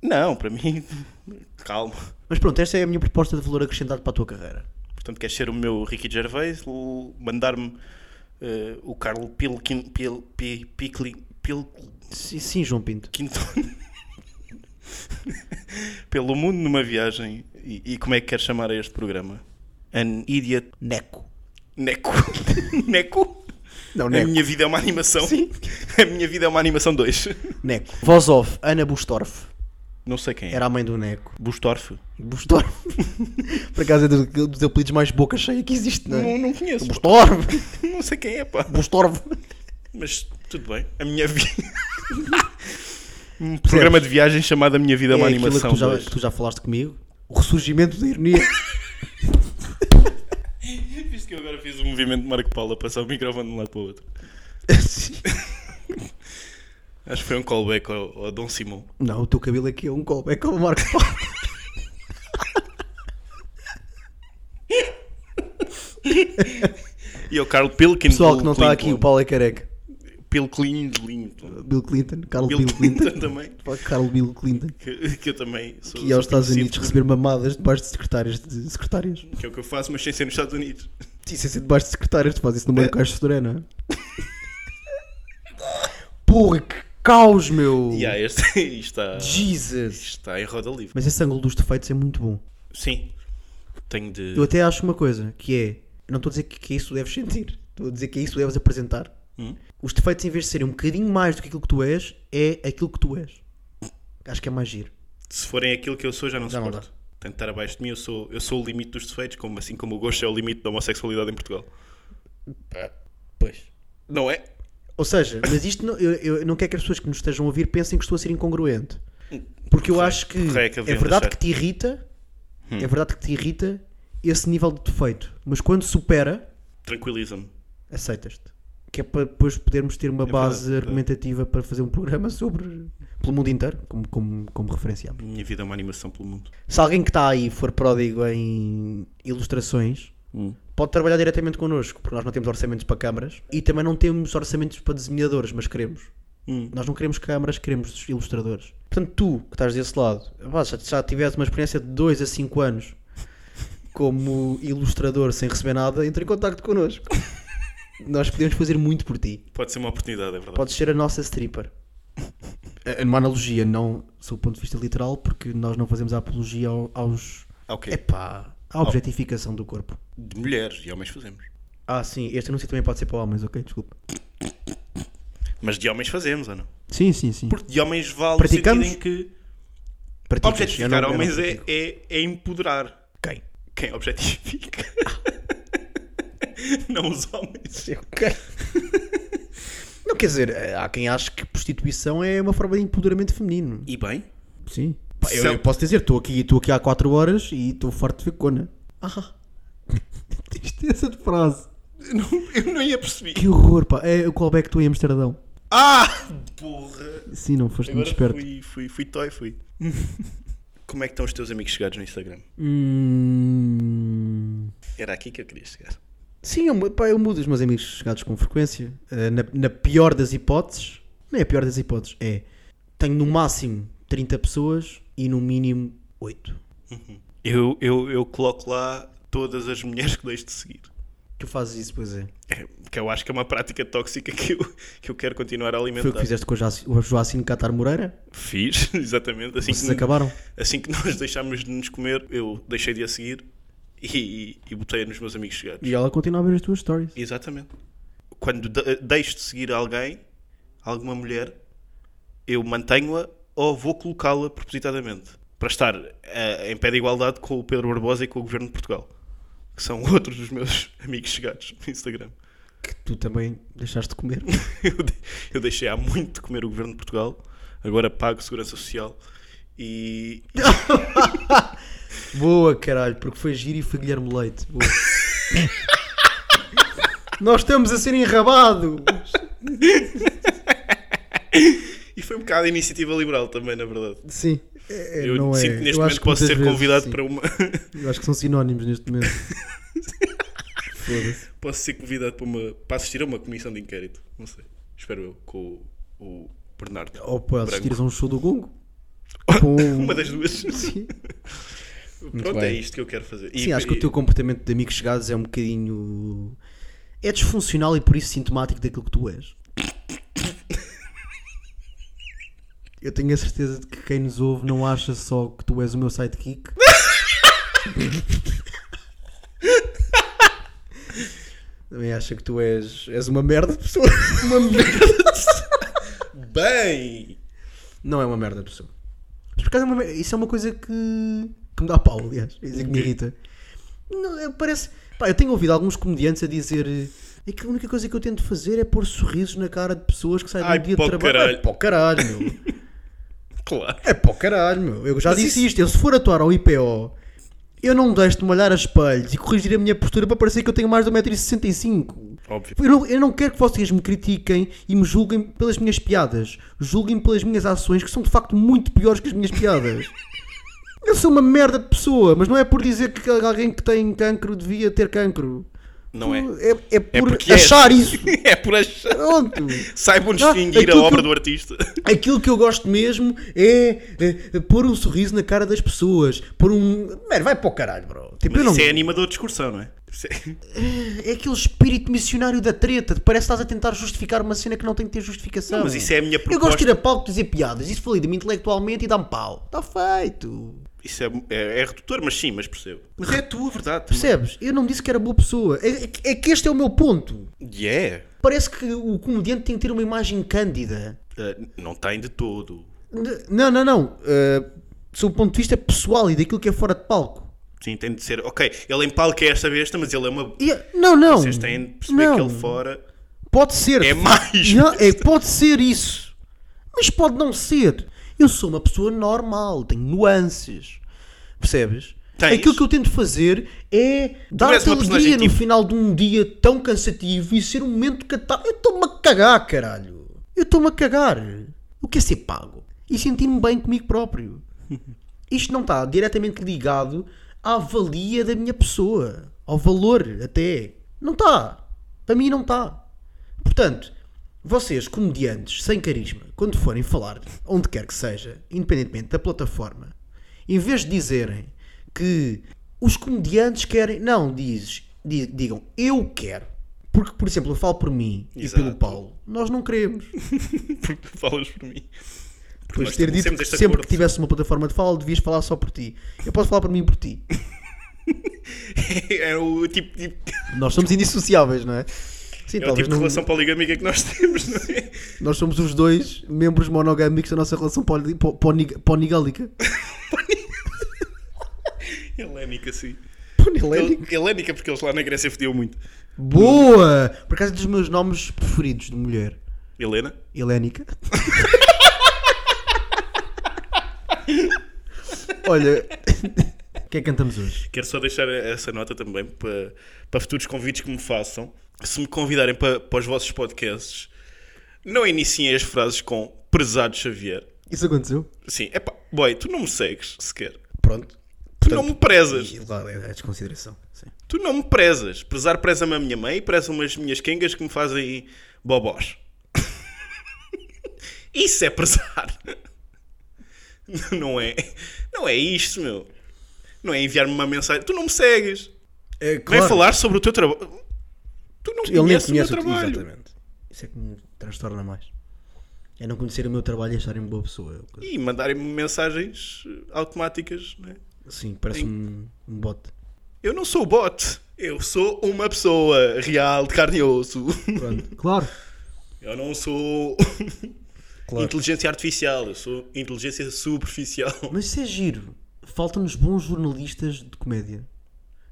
[SPEAKER 4] Não, para mim. Calma.
[SPEAKER 3] Mas pronto, esta é a minha proposta de valor acrescentado para a tua carreira.
[SPEAKER 4] Portanto, queres ser o meu Ricky Gervais, l- mandar-me eh, o Carlo Pilkin, Pil, Pi- Picli- Pilkington
[SPEAKER 3] Sim, sim, João Pinto.
[SPEAKER 4] pelo mundo numa viagem. E, e como é que queres chamar a este programa? An Idiot
[SPEAKER 3] Neco.
[SPEAKER 4] Neco. Neco?
[SPEAKER 3] Não,
[SPEAKER 4] A minha vida é uma animação. Sim. A minha vida é uma animação 2.
[SPEAKER 3] Neco. Voz off, Ana Bustorf.
[SPEAKER 4] Não sei quem é.
[SPEAKER 3] Era a mãe do Neco.
[SPEAKER 4] Bustorf.
[SPEAKER 3] Bustorf. Por acaso é dos, dos apelidos mais boca cheia que existe, não é?
[SPEAKER 4] Não, não conheço.
[SPEAKER 3] Bustorf.
[SPEAKER 4] Não sei quem é, pá.
[SPEAKER 3] Bustorf.
[SPEAKER 4] Mas tudo bem. A minha vida. um programa de viagem chamado A Minha Vida é uma
[SPEAKER 3] é aquilo que
[SPEAKER 4] Animação
[SPEAKER 3] tu, já,
[SPEAKER 4] 2.
[SPEAKER 3] que tu já falaste comigo. O ressurgimento da ironia.
[SPEAKER 4] Viste que eu agora fiz o movimento de Marco Paulo a passar o microfone de um lado para o outro. Acho que foi um callback ao, ao Dom Simão.
[SPEAKER 3] não, o teu cabelo aqui é um callback ao Marco Paulo.
[SPEAKER 4] E ao Carl Pilkin.
[SPEAKER 3] Pessoal que não está aqui, o Paulo é careca.
[SPEAKER 4] Bill Clinton.
[SPEAKER 3] Bill Clinton. Carl
[SPEAKER 4] Bill
[SPEAKER 3] Bill Clinton.
[SPEAKER 4] Clinton também.
[SPEAKER 3] Carl Bill Clinton.
[SPEAKER 4] Que, que eu também sou.
[SPEAKER 3] Que ia aos
[SPEAKER 4] sou
[SPEAKER 3] Estados Unidos
[SPEAKER 4] conhecido,
[SPEAKER 3] receber mamadas debaixo de secretárias. De secretárias.
[SPEAKER 4] Que é o que eu faço, mas sem ser nos Estados Unidos.
[SPEAKER 3] Sim, sem ser debaixo de secretárias, tu fazes isso no meio do caixa de Sodré, não é? Porra, que caos, meu!
[SPEAKER 4] E há este. Isto está,
[SPEAKER 3] Jesus!
[SPEAKER 4] está em roda livre.
[SPEAKER 3] Mas esse ângulo dos defeitos é muito bom.
[SPEAKER 4] Sim. Tenho de.
[SPEAKER 3] Eu até acho uma coisa, que é... eu não estou a dizer que, que é isso que deves sentir. Estou a dizer que é isso que deves apresentar. Os defeitos, em vez de serem um bocadinho mais do que aquilo que tu és, é aquilo que tu és. Acho que é mais giro.
[SPEAKER 4] Se forem aquilo que eu sou, já não
[SPEAKER 3] Já não
[SPEAKER 4] suporto. Tenho de estar abaixo de mim, eu sou, eu sou o limite dos defeitos, como, assim como o gosto é o limite da homossexualidade em Portugal.
[SPEAKER 3] Pois.
[SPEAKER 4] Não é?
[SPEAKER 3] Ou seja, mas isto não, eu, eu não quero que as pessoas que nos estejam a ouvir pensem que estou a ser incongruente. Porque eu acho que
[SPEAKER 4] correto,
[SPEAKER 3] Hum. é
[SPEAKER 4] que haviam de
[SPEAKER 3] verdade
[SPEAKER 4] achar.
[SPEAKER 3] que te irrita, é verdade que te irrita esse nível de defeito. Mas quando supera,
[SPEAKER 4] Tranquiliza-me.
[SPEAKER 3] aceitas-te. Que é para depois podermos ter uma
[SPEAKER 4] verdade,
[SPEAKER 3] base
[SPEAKER 4] é verdade.
[SPEAKER 3] argumentativa para fazer um programa sobre pelo mundo inteiro, como, como, como referenciámos.
[SPEAKER 4] Minha vida é uma animação pelo mundo.
[SPEAKER 3] Se alguém que está aí for pródigo em ilustrações, pode trabalhar diretamente connosco, porque nós não temos orçamentos para câmaras e também não temos orçamentos para desenhadores, mas queremos. Nós não queremos câmaras, queremos ilustradores. Portanto, tu que estás desse lado, vá, já, já tiveste uma experiência de 2 a 5 anos como ilustrador sem receber nada, entra em contacto connosco. nós podemos fazer muito por ti.
[SPEAKER 4] Pode ser uma oportunidade, é verdade.
[SPEAKER 3] Podes ser a nossa stripper. É uma analogia, não sob o ponto de vista literal, porque nós não fazemos a apologia ao- aos.
[SPEAKER 4] Ah, ok.
[SPEAKER 3] Epá, à objetificação do corpo.
[SPEAKER 4] De mulheres, e homens fazemos.
[SPEAKER 3] Ah, sim, este anúncio também pode ser para homens, ok? Desculpa.
[SPEAKER 4] Mas de homens fazemos, ou não?
[SPEAKER 3] Sim, sim, sim.
[SPEAKER 4] Porque de homens vale
[SPEAKER 3] Praticamos?
[SPEAKER 4] no sentido em que
[SPEAKER 3] Praticas. Eu
[SPEAKER 4] objetificar
[SPEAKER 3] não- eu não
[SPEAKER 4] homens é,
[SPEAKER 3] pratico.
[SPEAKER 4] é, é empoderar.
[SPEAKER 3] Quem?
[SPEAKER 4] Quem objetifica? não os homens.
[SPEAKER 3] Sim, ok. não quer dizer, eh, há quem ache que prostituição é uma forma de empoderamento feminino.
[SPEAKER 4] E bem?
[SPEAKER 3] Sim. Pá, Eu,
[SPEAKER 4] São-
[SPEAKER 3] eu posso dizer, estou aqui, estou aqui há 4 horas e estou farto de fecona. Ah! Tristeza de frase.
[SPEAKER 4] Eu não ia perceber.
[SPEAKER 3] Que horror, pá. É o callback que tu em Amsterdão.
[SPEAKER 4] Ah! Porra!
[SPEAKER 3] Sim, não foste muito
[SPEAKER 4] Agora
[SPEAKER 3] esperto.
[SPEAKER 4] fui, fui, fui toy, fui. Como é que estão os teus amigos chegados no Instagram?
[SPEAKER 3] Hum...
[SPEAKER 4] Era aqui que eu queria chegar.
[SPEAKER 3] Sim, eu, mu- pá, eu mudo os meus amigos chegados com frequência. Eh, Ah, na, na pior das hipóteses, não é a pior das hipóteses, é tenho no máximo 30 pessoas e no mínimo 8.
[SPEAKER 4] Eu, eu, eu coloco lá todas as mulheres que deixo de seguir.
[SPEAKER 3] Tu fazes isso, pois é.
[SPEAKER 4] É, que eu acho que é uma prática tóxica que eu, que eu quero continuar a
[SPEAKER 3] Foi o
[SPEAKER 4] alimentar.
[SPEAKER 3] que fizeste com o Joaci- o Joacine Catar Moreira?
[SPEAKER 4] Fiz, exatamente. Assim
[SPEAKER 3] Vocês
[SPEAKER 4] que,
[SPEAKER 3] acabaram?
[SPEAKER 4] assim que nós deixámos de nos comer, eu deixei de a seguir e, e botei nos meus amigos chegados.
[SPEAKER 3] E ela continua a ver as tuas stories.
[SPEAKER 4] Exatamente. Quando de- deixo de seguir alguém, alguma mulher, eu mantenho-a ou vou colocá-la propositadamente para estar eh, em pé de igualdade com o Pedro Barbosa e com o Governo de Portugal, que são outros dos meus amigos chegados no Instagram.
[SPEAKER 3] Que tu também deixaste de comer.
[SPEAKER 4] Eu, de- eu deixei há muito de comer o Governo de Portugal, agora pago Segurança Social e.
[SPEAKER 3] Boa, caralho, porque foi giro e foi Guilherme Leite. Boa. Nós estamos a ser enrabados.
[SPEAKER 4] E foi um bocado a iniciativa liberal também, na verdade.
[SPEAKER 3] Sim. É,
[SPEAKER 4] eu
[SPEAKER 3] não é.
[SPEAKER 4] sinto que neste
[SPEAKER 3] Eu acho
[SPEAKER 4] momento
[SPEAKER 3] que
[SPEAKER 4] posso
[SPEAKER 3] muitas
[SPEAKER 4] ser
[SPEAKER 3] vezes,
[SPEAKER 4] convidado
[SPEAKER 3] sim.
[SPEAKER 4] para um- uma.
[SPEAKER 3] Eu acho que são sinónimos neste momento. Foda-se.
[SPEAKER 4] Posso ser convidado para, uma, para assistir a uma comissão de inquérito. Não sei. Espero eu. Com o, o Bernardo.
[SPEAKER 3] Ou para
[SPEAKER 4] Branco.
[SPEAKER 3] assistires a um show do Gongo. Com...
[SPEAKER 4] Uma das duas.
[SPEAKER 3] Sim.
[SPEAKER 4] Pronto, é
[SPEAKER 3] bem.
[SPEAKER 4] isto que eu quero fazer.
[SPEAKER 3] Sim, acho que o teu comportamento de amigos chegados é um bocadinho. É disfuncional e por isso sintomático daquilo que tu és. Eu tenho a certeza de que quem nos ouve não acha só que tu és o meu sidekick. Também acha que tu és, és uma merda de pessoa. Uma merda.
[SPEAKER 4] Bem!
[SPEAKER 3] Não é uma merda de pessoa. Mas por acaso é uma mer- isso é uma coisa que, que me dá pau, aliás. É isso que me irrita. Não, é, parece. Pá, eu tenho ouvido alguns comediantes a dizer eh, é que a única coisa que eu tento fazer é pôr sorrisos na cara de pessoas que saem
[SPEAKER 4] Ai,
[SPEAKER 3] do dia
[SPEAKER 4] pó
[SPEAKER 3] de trabalho.
[SPEAKER 4] caralho.
[SPEAKER 3] É pó caralho, meu.
[SPEAKER 4] Claro.
[SPEAKER 3] É pó caralho, meu. Eu já
[SPEAKER 4] Mas
[SPEAKER 3] disse
[SPEAKER 4] isso-
[SPEAKER 3] isto. Eu, se for atuar ao IPO, eu não deixo de me olhar a espelhos e corrigir a minha postura para parecer que eu tenho mais de 1,65m.
[SPEAKER 4] Óbvio.
[SPEAKER 3] Eu não, eu não quero que vocês me critiquem e me julguem pelas minhas piadas. Julguem pelas minhas ações, que são de facto muito piores que as minhas piadas. Eu sou uma merda de pessoa, mas não é por dizer que alguém que tem cancro devia ter cancro.
[SPEAKER 4] Não é.
[SPEAKER 3] É, é por
[SPEAKER 4] porque é.
[SPEAKER 3] achar isso.
[SPEAKER 4] É por achar.
[SPEAKER 3] Pronto.
[SPEAKER 4] Saibam
[SPEAKER 3] Ah,
[SPEAKER 4] distinguir a
[SPEAKER 3] aquilo que
[SPEAKER 4] obra
[SPEAKER 3] eu-
[SPEAKER 4] do artista.
[SPEAKER 3] Aquilo que eu gosto mesmo é, é, pôr um sorriso na cara das pessoas. Pôr um. Mano, vai para o caralho, bro. Tipo, eu
[SPEAKER 4] Mas
[SPEAKER 3] não...
[SPEAKER 4] isso é animador de discursão, não é? Isso é-
[SPEAKER 3] É aquele espírito missionário da treta. de Parece que estás a tentar justificar uma cena que não tem que ter justificação.
[SPEAKER 4] Não, mas isso é a minha
[SPEAKER 3] Eu gosto de
[SPEAKER 4] proposta.
[SPEAKER 3] ir a palco dizer piadas. Isso valida-me intelectualmente e dá-me pau. Está feito.
[SPEAKER 4] Isso é, é, é redutor, mas sim, mas percebo. Mas é a tua verdade. também.
[SPEAKER 3] Percebes? Eu não disse que era boa pessoa. É, é que- é que este é o meu ponto.
[SPEAKER 4] Yeah.
[SPEAKER 3] Parece que o comediante tem que ter uma imagem cândida.
[SPEAKER 4] Ah, não tem de todo.
[SPEAKER 3] N- Não, não, não. Uh, sob o ponto de vista pessoal e daquilo que é fora de palco.
[SPEAKER 4] Sim, tem de ser. Ok, ele em palco é esta besta, mas ele é uma.
[SPEAKER 3] E- não, não.
[SPEAKER 4] Vocês têm de perceber
[SPEAKER 3] não.
[SPEAKER 4] que ele fora.
[SPEAKER 3] Pode ser.
[SPEAKER 4] É mais.
[SPEAKER 3] Não, é, pode ser isso. Mas pode não ser. Eu sou uma pessoa normal, tenho nuances. Percebes?
[SPEAKER 4] Tens.
[SPEAKER 3] Aquilo que eu tento fazer é
[SPEAKER 4] és
[SPEAKER 3] dar-te
[SPEAKER 4] uma personagem
[SPEAKER 3] alegria no
[SPEAKER 4] tipo.
[SPEAKER 3] final de um dia tão cansativo e ser um momento catar. Eu estou-me a cagar, caralho. Eu estou-me a cagar. O que é ser pago? E sentir-me bem comigo próprio. Isto não está diretamente ligado à valia da minha pessoa, ao valor até. Não está. Para mim não está. Portanto, vocês, comediantes sem carisma, quando forem falar, onde quer que seja, independentemente da plataforma, em vez de dizerem que os comediantes querem. Não, dizes, di- digam eu quero. Porque, por exemplo, eu falo por mim
[SPEAKER 4] Exato.
[SPEAKER 3] e pelo Paulo, nós não queremos.
[SPEAKER 4] Porque tu falas por mim. Porque
[SPEAKER 3] Depois de
[SPEAKER 4] nós
[SPEAKER 3] ter dito
[SPEAKER 4] estabelecemos
[SPEAKER 3] que
[SPEAKER 4] este
[SPEAKER 3] sempre
[SPEAKER 4] acordo.
[SPEAKER 3] que tivesse uma plataforma de fala, devias falar só por ti. Eu posso falar por mim e por ti.
[SPEAKER 4] é o tipo de,
[SPEAKER 3] Nós somos indissociáveis, não é? Sim,
[SPEAKER 4] é o tipo
[SPEAKER 3] talvez
[SPEAKER 4] de
[SPEAKER 3] não-
[SPEAKER 4] relação poligâmica que nós temos, não é?
[SPEAKER 3] Nós somos os dois membros monogâmicos da nossa relação poli- po- poni- ponigélica.
[SPEAKER 4] Helénica, sim.
[SPEAKER 3] Ponilélica?
[SPEAKER 4] Hel- Helénica, porque eles lá na Grécia fodiam muito.
[SPEAKER 3] Então, Boa! Por acaso é dos meus nomes preferidos de mulher.
[SPEAKER 4] Helena?
[SPEAKER 3] Helénica. Olha, o que é que cantamos hoje?
[SPEAKER 4] Quero só deixar essa nota também para, para futuros convites que me façam. Se me convidarem para, para os vossos podcasts, não iniciem as frases com prezado Xavier.
[SPEAKER 3] Isso aconteceu?
[SPEAKER 4] Sim, é pá, boy, tu não me segues sequer.
[SPEAKER 3] Pronto.
[SPEAKER 4] Tu não me prezas.
[SPEAKER 3] Claro, é a desconsideração. Sim.
[SPEAKER 4] Tu não me prezas. Prezar preza-me a minha mãe e prezam-me as minhas quengas que me fazem bobós. Isso é prezar.
[SPEAKER 5] Não é. Não é isto, meu. Não é enviar-me uma mensagem. Tu não me segues.
[SPEAKER 3] É,
[SPEAKER 5] Vai
[SPEAKER 3] claro.
[SPEAKER 5] falar sobre o teu trabalho. Tu não
[SPEAKER 3] Ele nem
[SPEAKER 5] conheces o meu
[SPEAKER 3] conhece o que
[SPEAKER 5] trabalho.
[SPEAKER 3] Exatamente. Isso é que me transtorna mais. É não conhecer o meu trabalho e acharem-me boa pessoa. É Eu-
[SPEAKER 5] E mandarem-me mensagens eh, automáticas, né?
[SPEAKER 3] Sim, parece um, um bot.
[SPEAKER 5] Eu não sou bot. Eu sou uma pessoa real, de carne e osso.
[SPEAKER 3] Pronto. Claro.
[SPEAKER 5] Eu não sou
[SPEAKER 3] Claro.
[SPEAKER 5] inteligência artificial. Eu sou inteligência superficial.
[SPEAKER 3] Mas isso é giro. Faltam-nos bons jornalistas de comédia.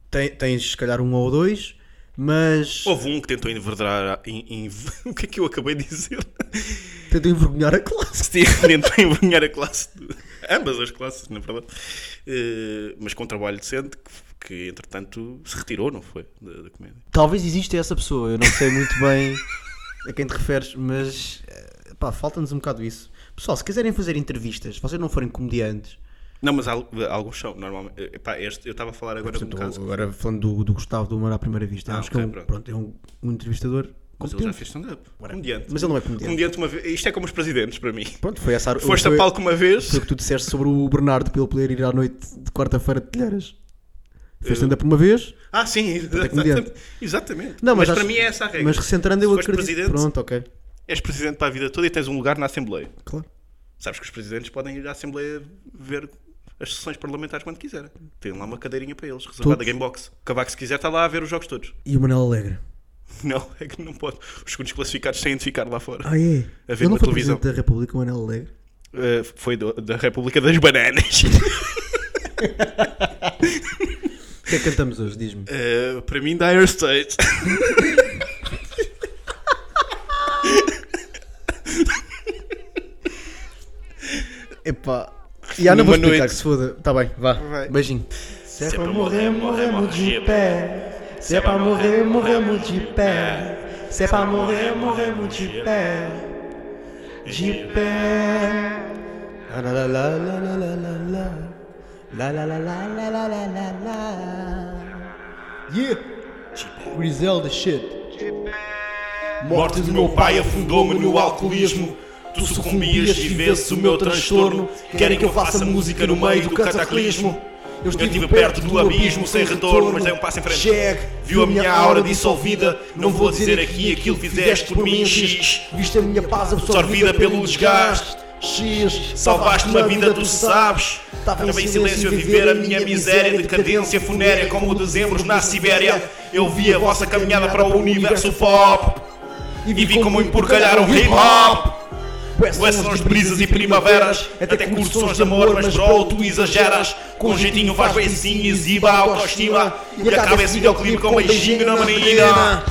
[SPEAKER 3] Tem- tens, se calhar, um ou dois, mas.
[SPEAKER 5] Houve um que tentou enverdarar. a- Em, em- o que é que eu acabei de dizer?
[SPEAKER 3] Tentam envergonhar a classe.
[SPEAKER 5] Sim, tentou envergonhar a classe. de- ambas as classes, na verdade. Eh, mas com trabalho decente, que, que entretanto se retirou, não foi? Da, da comédia.
[SPEAKER 3] Talvez exista essa pessoa, eu não sei muito bem a quem te referes, mas. eh, Pá, falta-nos um bocado isso. Pessoal, se quiserem fazer entrevistas, se vocês não forem comediantes.
[SPEAKER 5] Não, mas al- alguns são, normalmente. Eh, pá, este- eu estava a falar agora de um
[SPEAKER 3] Portanto,
[SPEAKER 5] caso.
[SPEAKER 3] agora falando do, do Gustavo do Amor à Primeira Vista,
[SPEAKER 5] Ah,
[SPEAKER 3] acho
[SPEAKER 5] ok,
[SPEAKER 3] que é um,
[SPEAKER 5] pronto.
[SPEAKER 3] pronto, é um, um entrevistador.
[SPEAKER 5] Mas ele já
[SPEAKER 3] competente.
[SPEAKER 5] fez stand-up. Comediante.
[SPEAKER 3] Mas ele não é comediante.
[SPEAKER 5] Comediante uma vez. Isto é como os presidentes para mim.
[SPEAKER 3] Pronto, foi essa
[SPEAKER 5] Foste
[SPEAKER 3] foi-
[SPEAKER 5] a palco uma vez.
[SPEAKER 3] Foi o que tu disseste sobre o Bernardo pelo poder ir à noite de quarta-feira de telheiras. Fez stand-up uma vez?
[SPEAKER 5] Ah, sim,
[SPEAKER 3] é comediante.
[SPEAKER 5] exatamente. exatamente.
[SPEAKER 3] Não,
[SPEAKER 5] mas
[SPEAKER 3] mas acho-
[SPEAKER 5] para mim é essa a regra.
[SPEAKER 3] Mas recentrando eu
[SPEAKER 5] Se fores
[SPEAKER 3] acredito.
[SPEAKER 5] presidente-
[SPEAKER 3] Pronto, ok.
[SPEAKER 5] És presidente para a vida toda e tens um lugar na Assembleia.
[SPEAKER 3] Claro.
[SPEAKER 5] Sabes que os presidentes podem ir à Assembleia ver as sessões parlamentares quando quiserem. Tem lá uma cadeirinha para eles, reservada a
[SPEAKER 3] Todos.
[SPEAKER 5] Gamebox. O Cavaco, se quiser, está lá a ver os jogos todos.
[SPEAKER 3] E o Manel Alegre?
[SPEAKER 5] Não, é que não pode. Os segundos classificados têm de ficar lá fora.
[SPEAKER 3] Ah, é?
[SPEAKER 5] A ver
[SPEAKER 3] Ele não
[SPEAKER 5] na
[SPEAKER 3] foi
[SPEAKER 5] televisão.
[SPEAKER 3] presidente da República, o Manel Alegre?
[SPEAKER 4] Eh,
[SPEAKER 5] Uh, foi do- da República das Bananas.
[SPEAKER 3] O que é que cantamos hoje? Diz-me.
[SPEAKER 4] Eh,
[SPEAKER 5] Uh, para mim, Dire Straits.
[SPEAKER 3] Epá. Já não
[SPEAKER 5] Numa
[SPEAKER 3] vou explicar,
[SPEAKER 5] noite.
[SPEAKER 3] que se foda. Tá bem, vá. Beijinho.
[SPEAKER 4] Se é pra morrer, morremos de pé. Se é pra morrer, morremos de pé. Se é pra morrer, morremos de pé. De pé.
[SPEAKER 3] La la la la la la la la la la la la la la la la la Yeah! Griselda shit.
[SPEAKER 4] Morte do meu pai afundou-me no alcoolismo. Tu sucumbias e vence o meu transtorno. Querem que eu faça música no meio do cataclismo. Eu estive perto do abismo sem retorno, mas dei um passo em frente.
[SPEAKER 5] Chegue,
[SPEAKER 4] viu a minha aura dissolvida. Não vou dizer aqui aquilo que fizeste por mim, X.
[SPEAKER 3] Viste a minha paz
[SPEAKER 4] Absorvida pelo desgaste.
[SPEAKER 3] X.
[SPEAKER 4] Salvaste-me a vida, tu sabes.
[SPEAKER 3] Tava
[SPEAKER 4] Estava em silêncio a viver a minha miséria, decadência funérea, como o dezembro na Sibéria. Eu vi a vossa caminhada para o universo pop e vi como empurcalharam o hip hop. Quais são as brisas e primaveras? Até curto sons de amor, mas bro, tu exageras. Com jeitinho faz beicinho, exiba a autoestima. E acaba esse videoclipe com um beijinho na menina.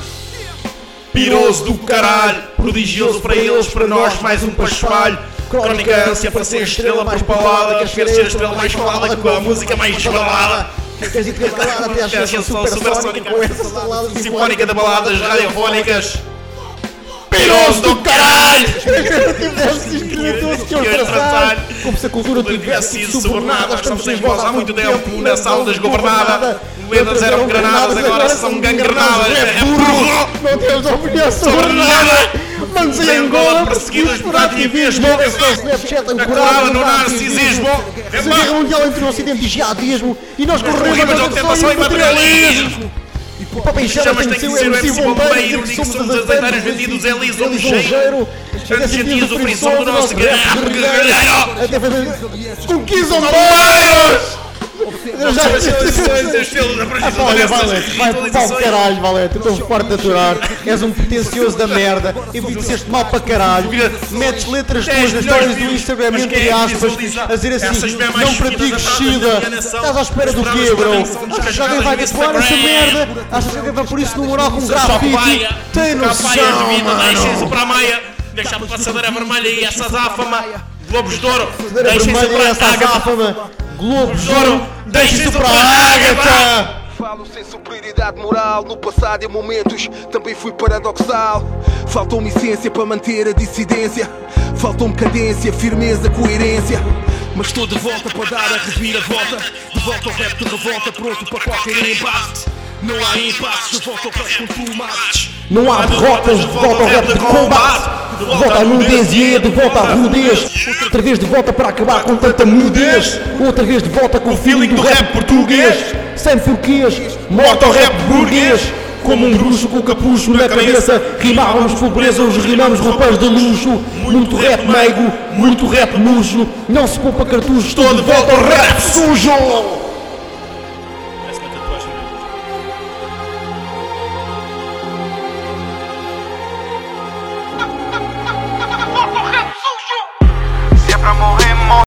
[SPEAKER 4] Piroso do caralho, prodigioso para eles, para nós, mais um paspalho. Crónica ânsia para ser a estrela mais balada, queres ver ser a estrela mais falada com a música mais desbalada.
[SPEAKER 3] Queres ir calada até às chances
[SPEAKER 4] Atenção
[SPEAKER 3] supersónica
[SPEAKER 4] supersónica
[SPEAKER 3] com essas saladas
[SPEAKER 4] Sinfónica de baladas radiofónicas. Piroso do caralho!
[SPEAKER 3] Tivesses tudo que eu traçar. Como se a cultura tivesse sido subornada. Estamos sem voz há muito tempo na sala desgovernada. Letras eram granadas, agora são gangrenadas. É burro! Não temos opinião sobre nada. Manos em Angola perseguidos por ativismo. Snapchat
[SPEAKER 4] Ancorada no narcisismo. É
[SPEAKER 3] A guerra mundial entre o Ocidente e jihadismo. E nós corremos
[SPEAKER 4] Corrimas
[SPEAKER 3] a
[SPEAKER 4] ao tentação e materialismo.
[SPEAKER 3] O Papa
[SPEAKER 4] Chamas
[SPEAKER 3] Chamas
[SPEAKER 4] tem que ser o MC Bombeiro, diz que somos as azeiteiras vendidos em liso ou ligeiro. Antes sentias o frição do nosso garrafa guerreiro.
[SPEAKER 3] Até fazer. Conquistam
[SPEAKER 4] Bombeiros!
[SPEAKER 3] Eu já
[SPEAKER 4] As estrelas da precisão
[SPEAKER 3] Olha,
[SPEAKER 4] dessas
[SPEAKER 3] Valete, vai para o
[SPEAKER 4] ritualizações.
[SPEAKER 3] caralho, Valete, estou farto de aturar, és um potencioso da merda, envelheceste mal para caralho, metes letras tuas nas histórias do Instagram, entre aspas, a dizer assim, não pratico descida, estás à espera do quê, bro? Achas que alguém vai tatuar essa merda? Achas que alguém vai por isso no mural com grafite? Tem
[SPEAKER 4] Capaias de
[SPEAKER 3] noção,
[SPEAKER 4] vida, deixem-se
[SPEAKER 3] mano!
[SPEAKER 4] para a maia. Deixa a passadeira vermelha e essa záfama. Globos de ouro,
[SPEAKER 3] Bandeira
[SPEAKER 4] deixem-se
[SPEAKER 3] vermelha
[SPEAKER 4] para
[SPEAKER 3] e
[SPEAKER 4] a
[SPEAKER 3] essa
[SPEAKER 4] ágata.
[SPEAKER 3] azáfama, Globo de
[SPEAKER 4] Ouro,
[SPEAKER 3] Ouro,
[SPEAKER 4] deixem-se para a ágata.
[SPEAKER 3] Ágata!
[SPEAKER 6] Falo sem superioridade moral, no passado em momentos também fui paradoxal. Faltou-me essência para manter a dissidência, faltou-me cadência, firmeza, coerência. Mas estou de volta para dar a reviravolta, de volta ao rap de revolta, pronto para qualquer embate. Não há impasses, de volta ao rap com tu mates.
[SPEAKER 3] Não há derrotas, de volta ao rap de combate. De volta à nudez e é de volta à rudez. Outra vez de volta para acabar com tanta mudez. Outra vez de volta com o feeling do rap português. Sem porquês, morto ao rap burguês. Como um bruxo com capucho na cabeça Rimávamos pobreza, hoje rimamos roupas de luxo Muito rap meigo, muito rap murcho Não se poupa cartucho, estou de volta ao rap sujo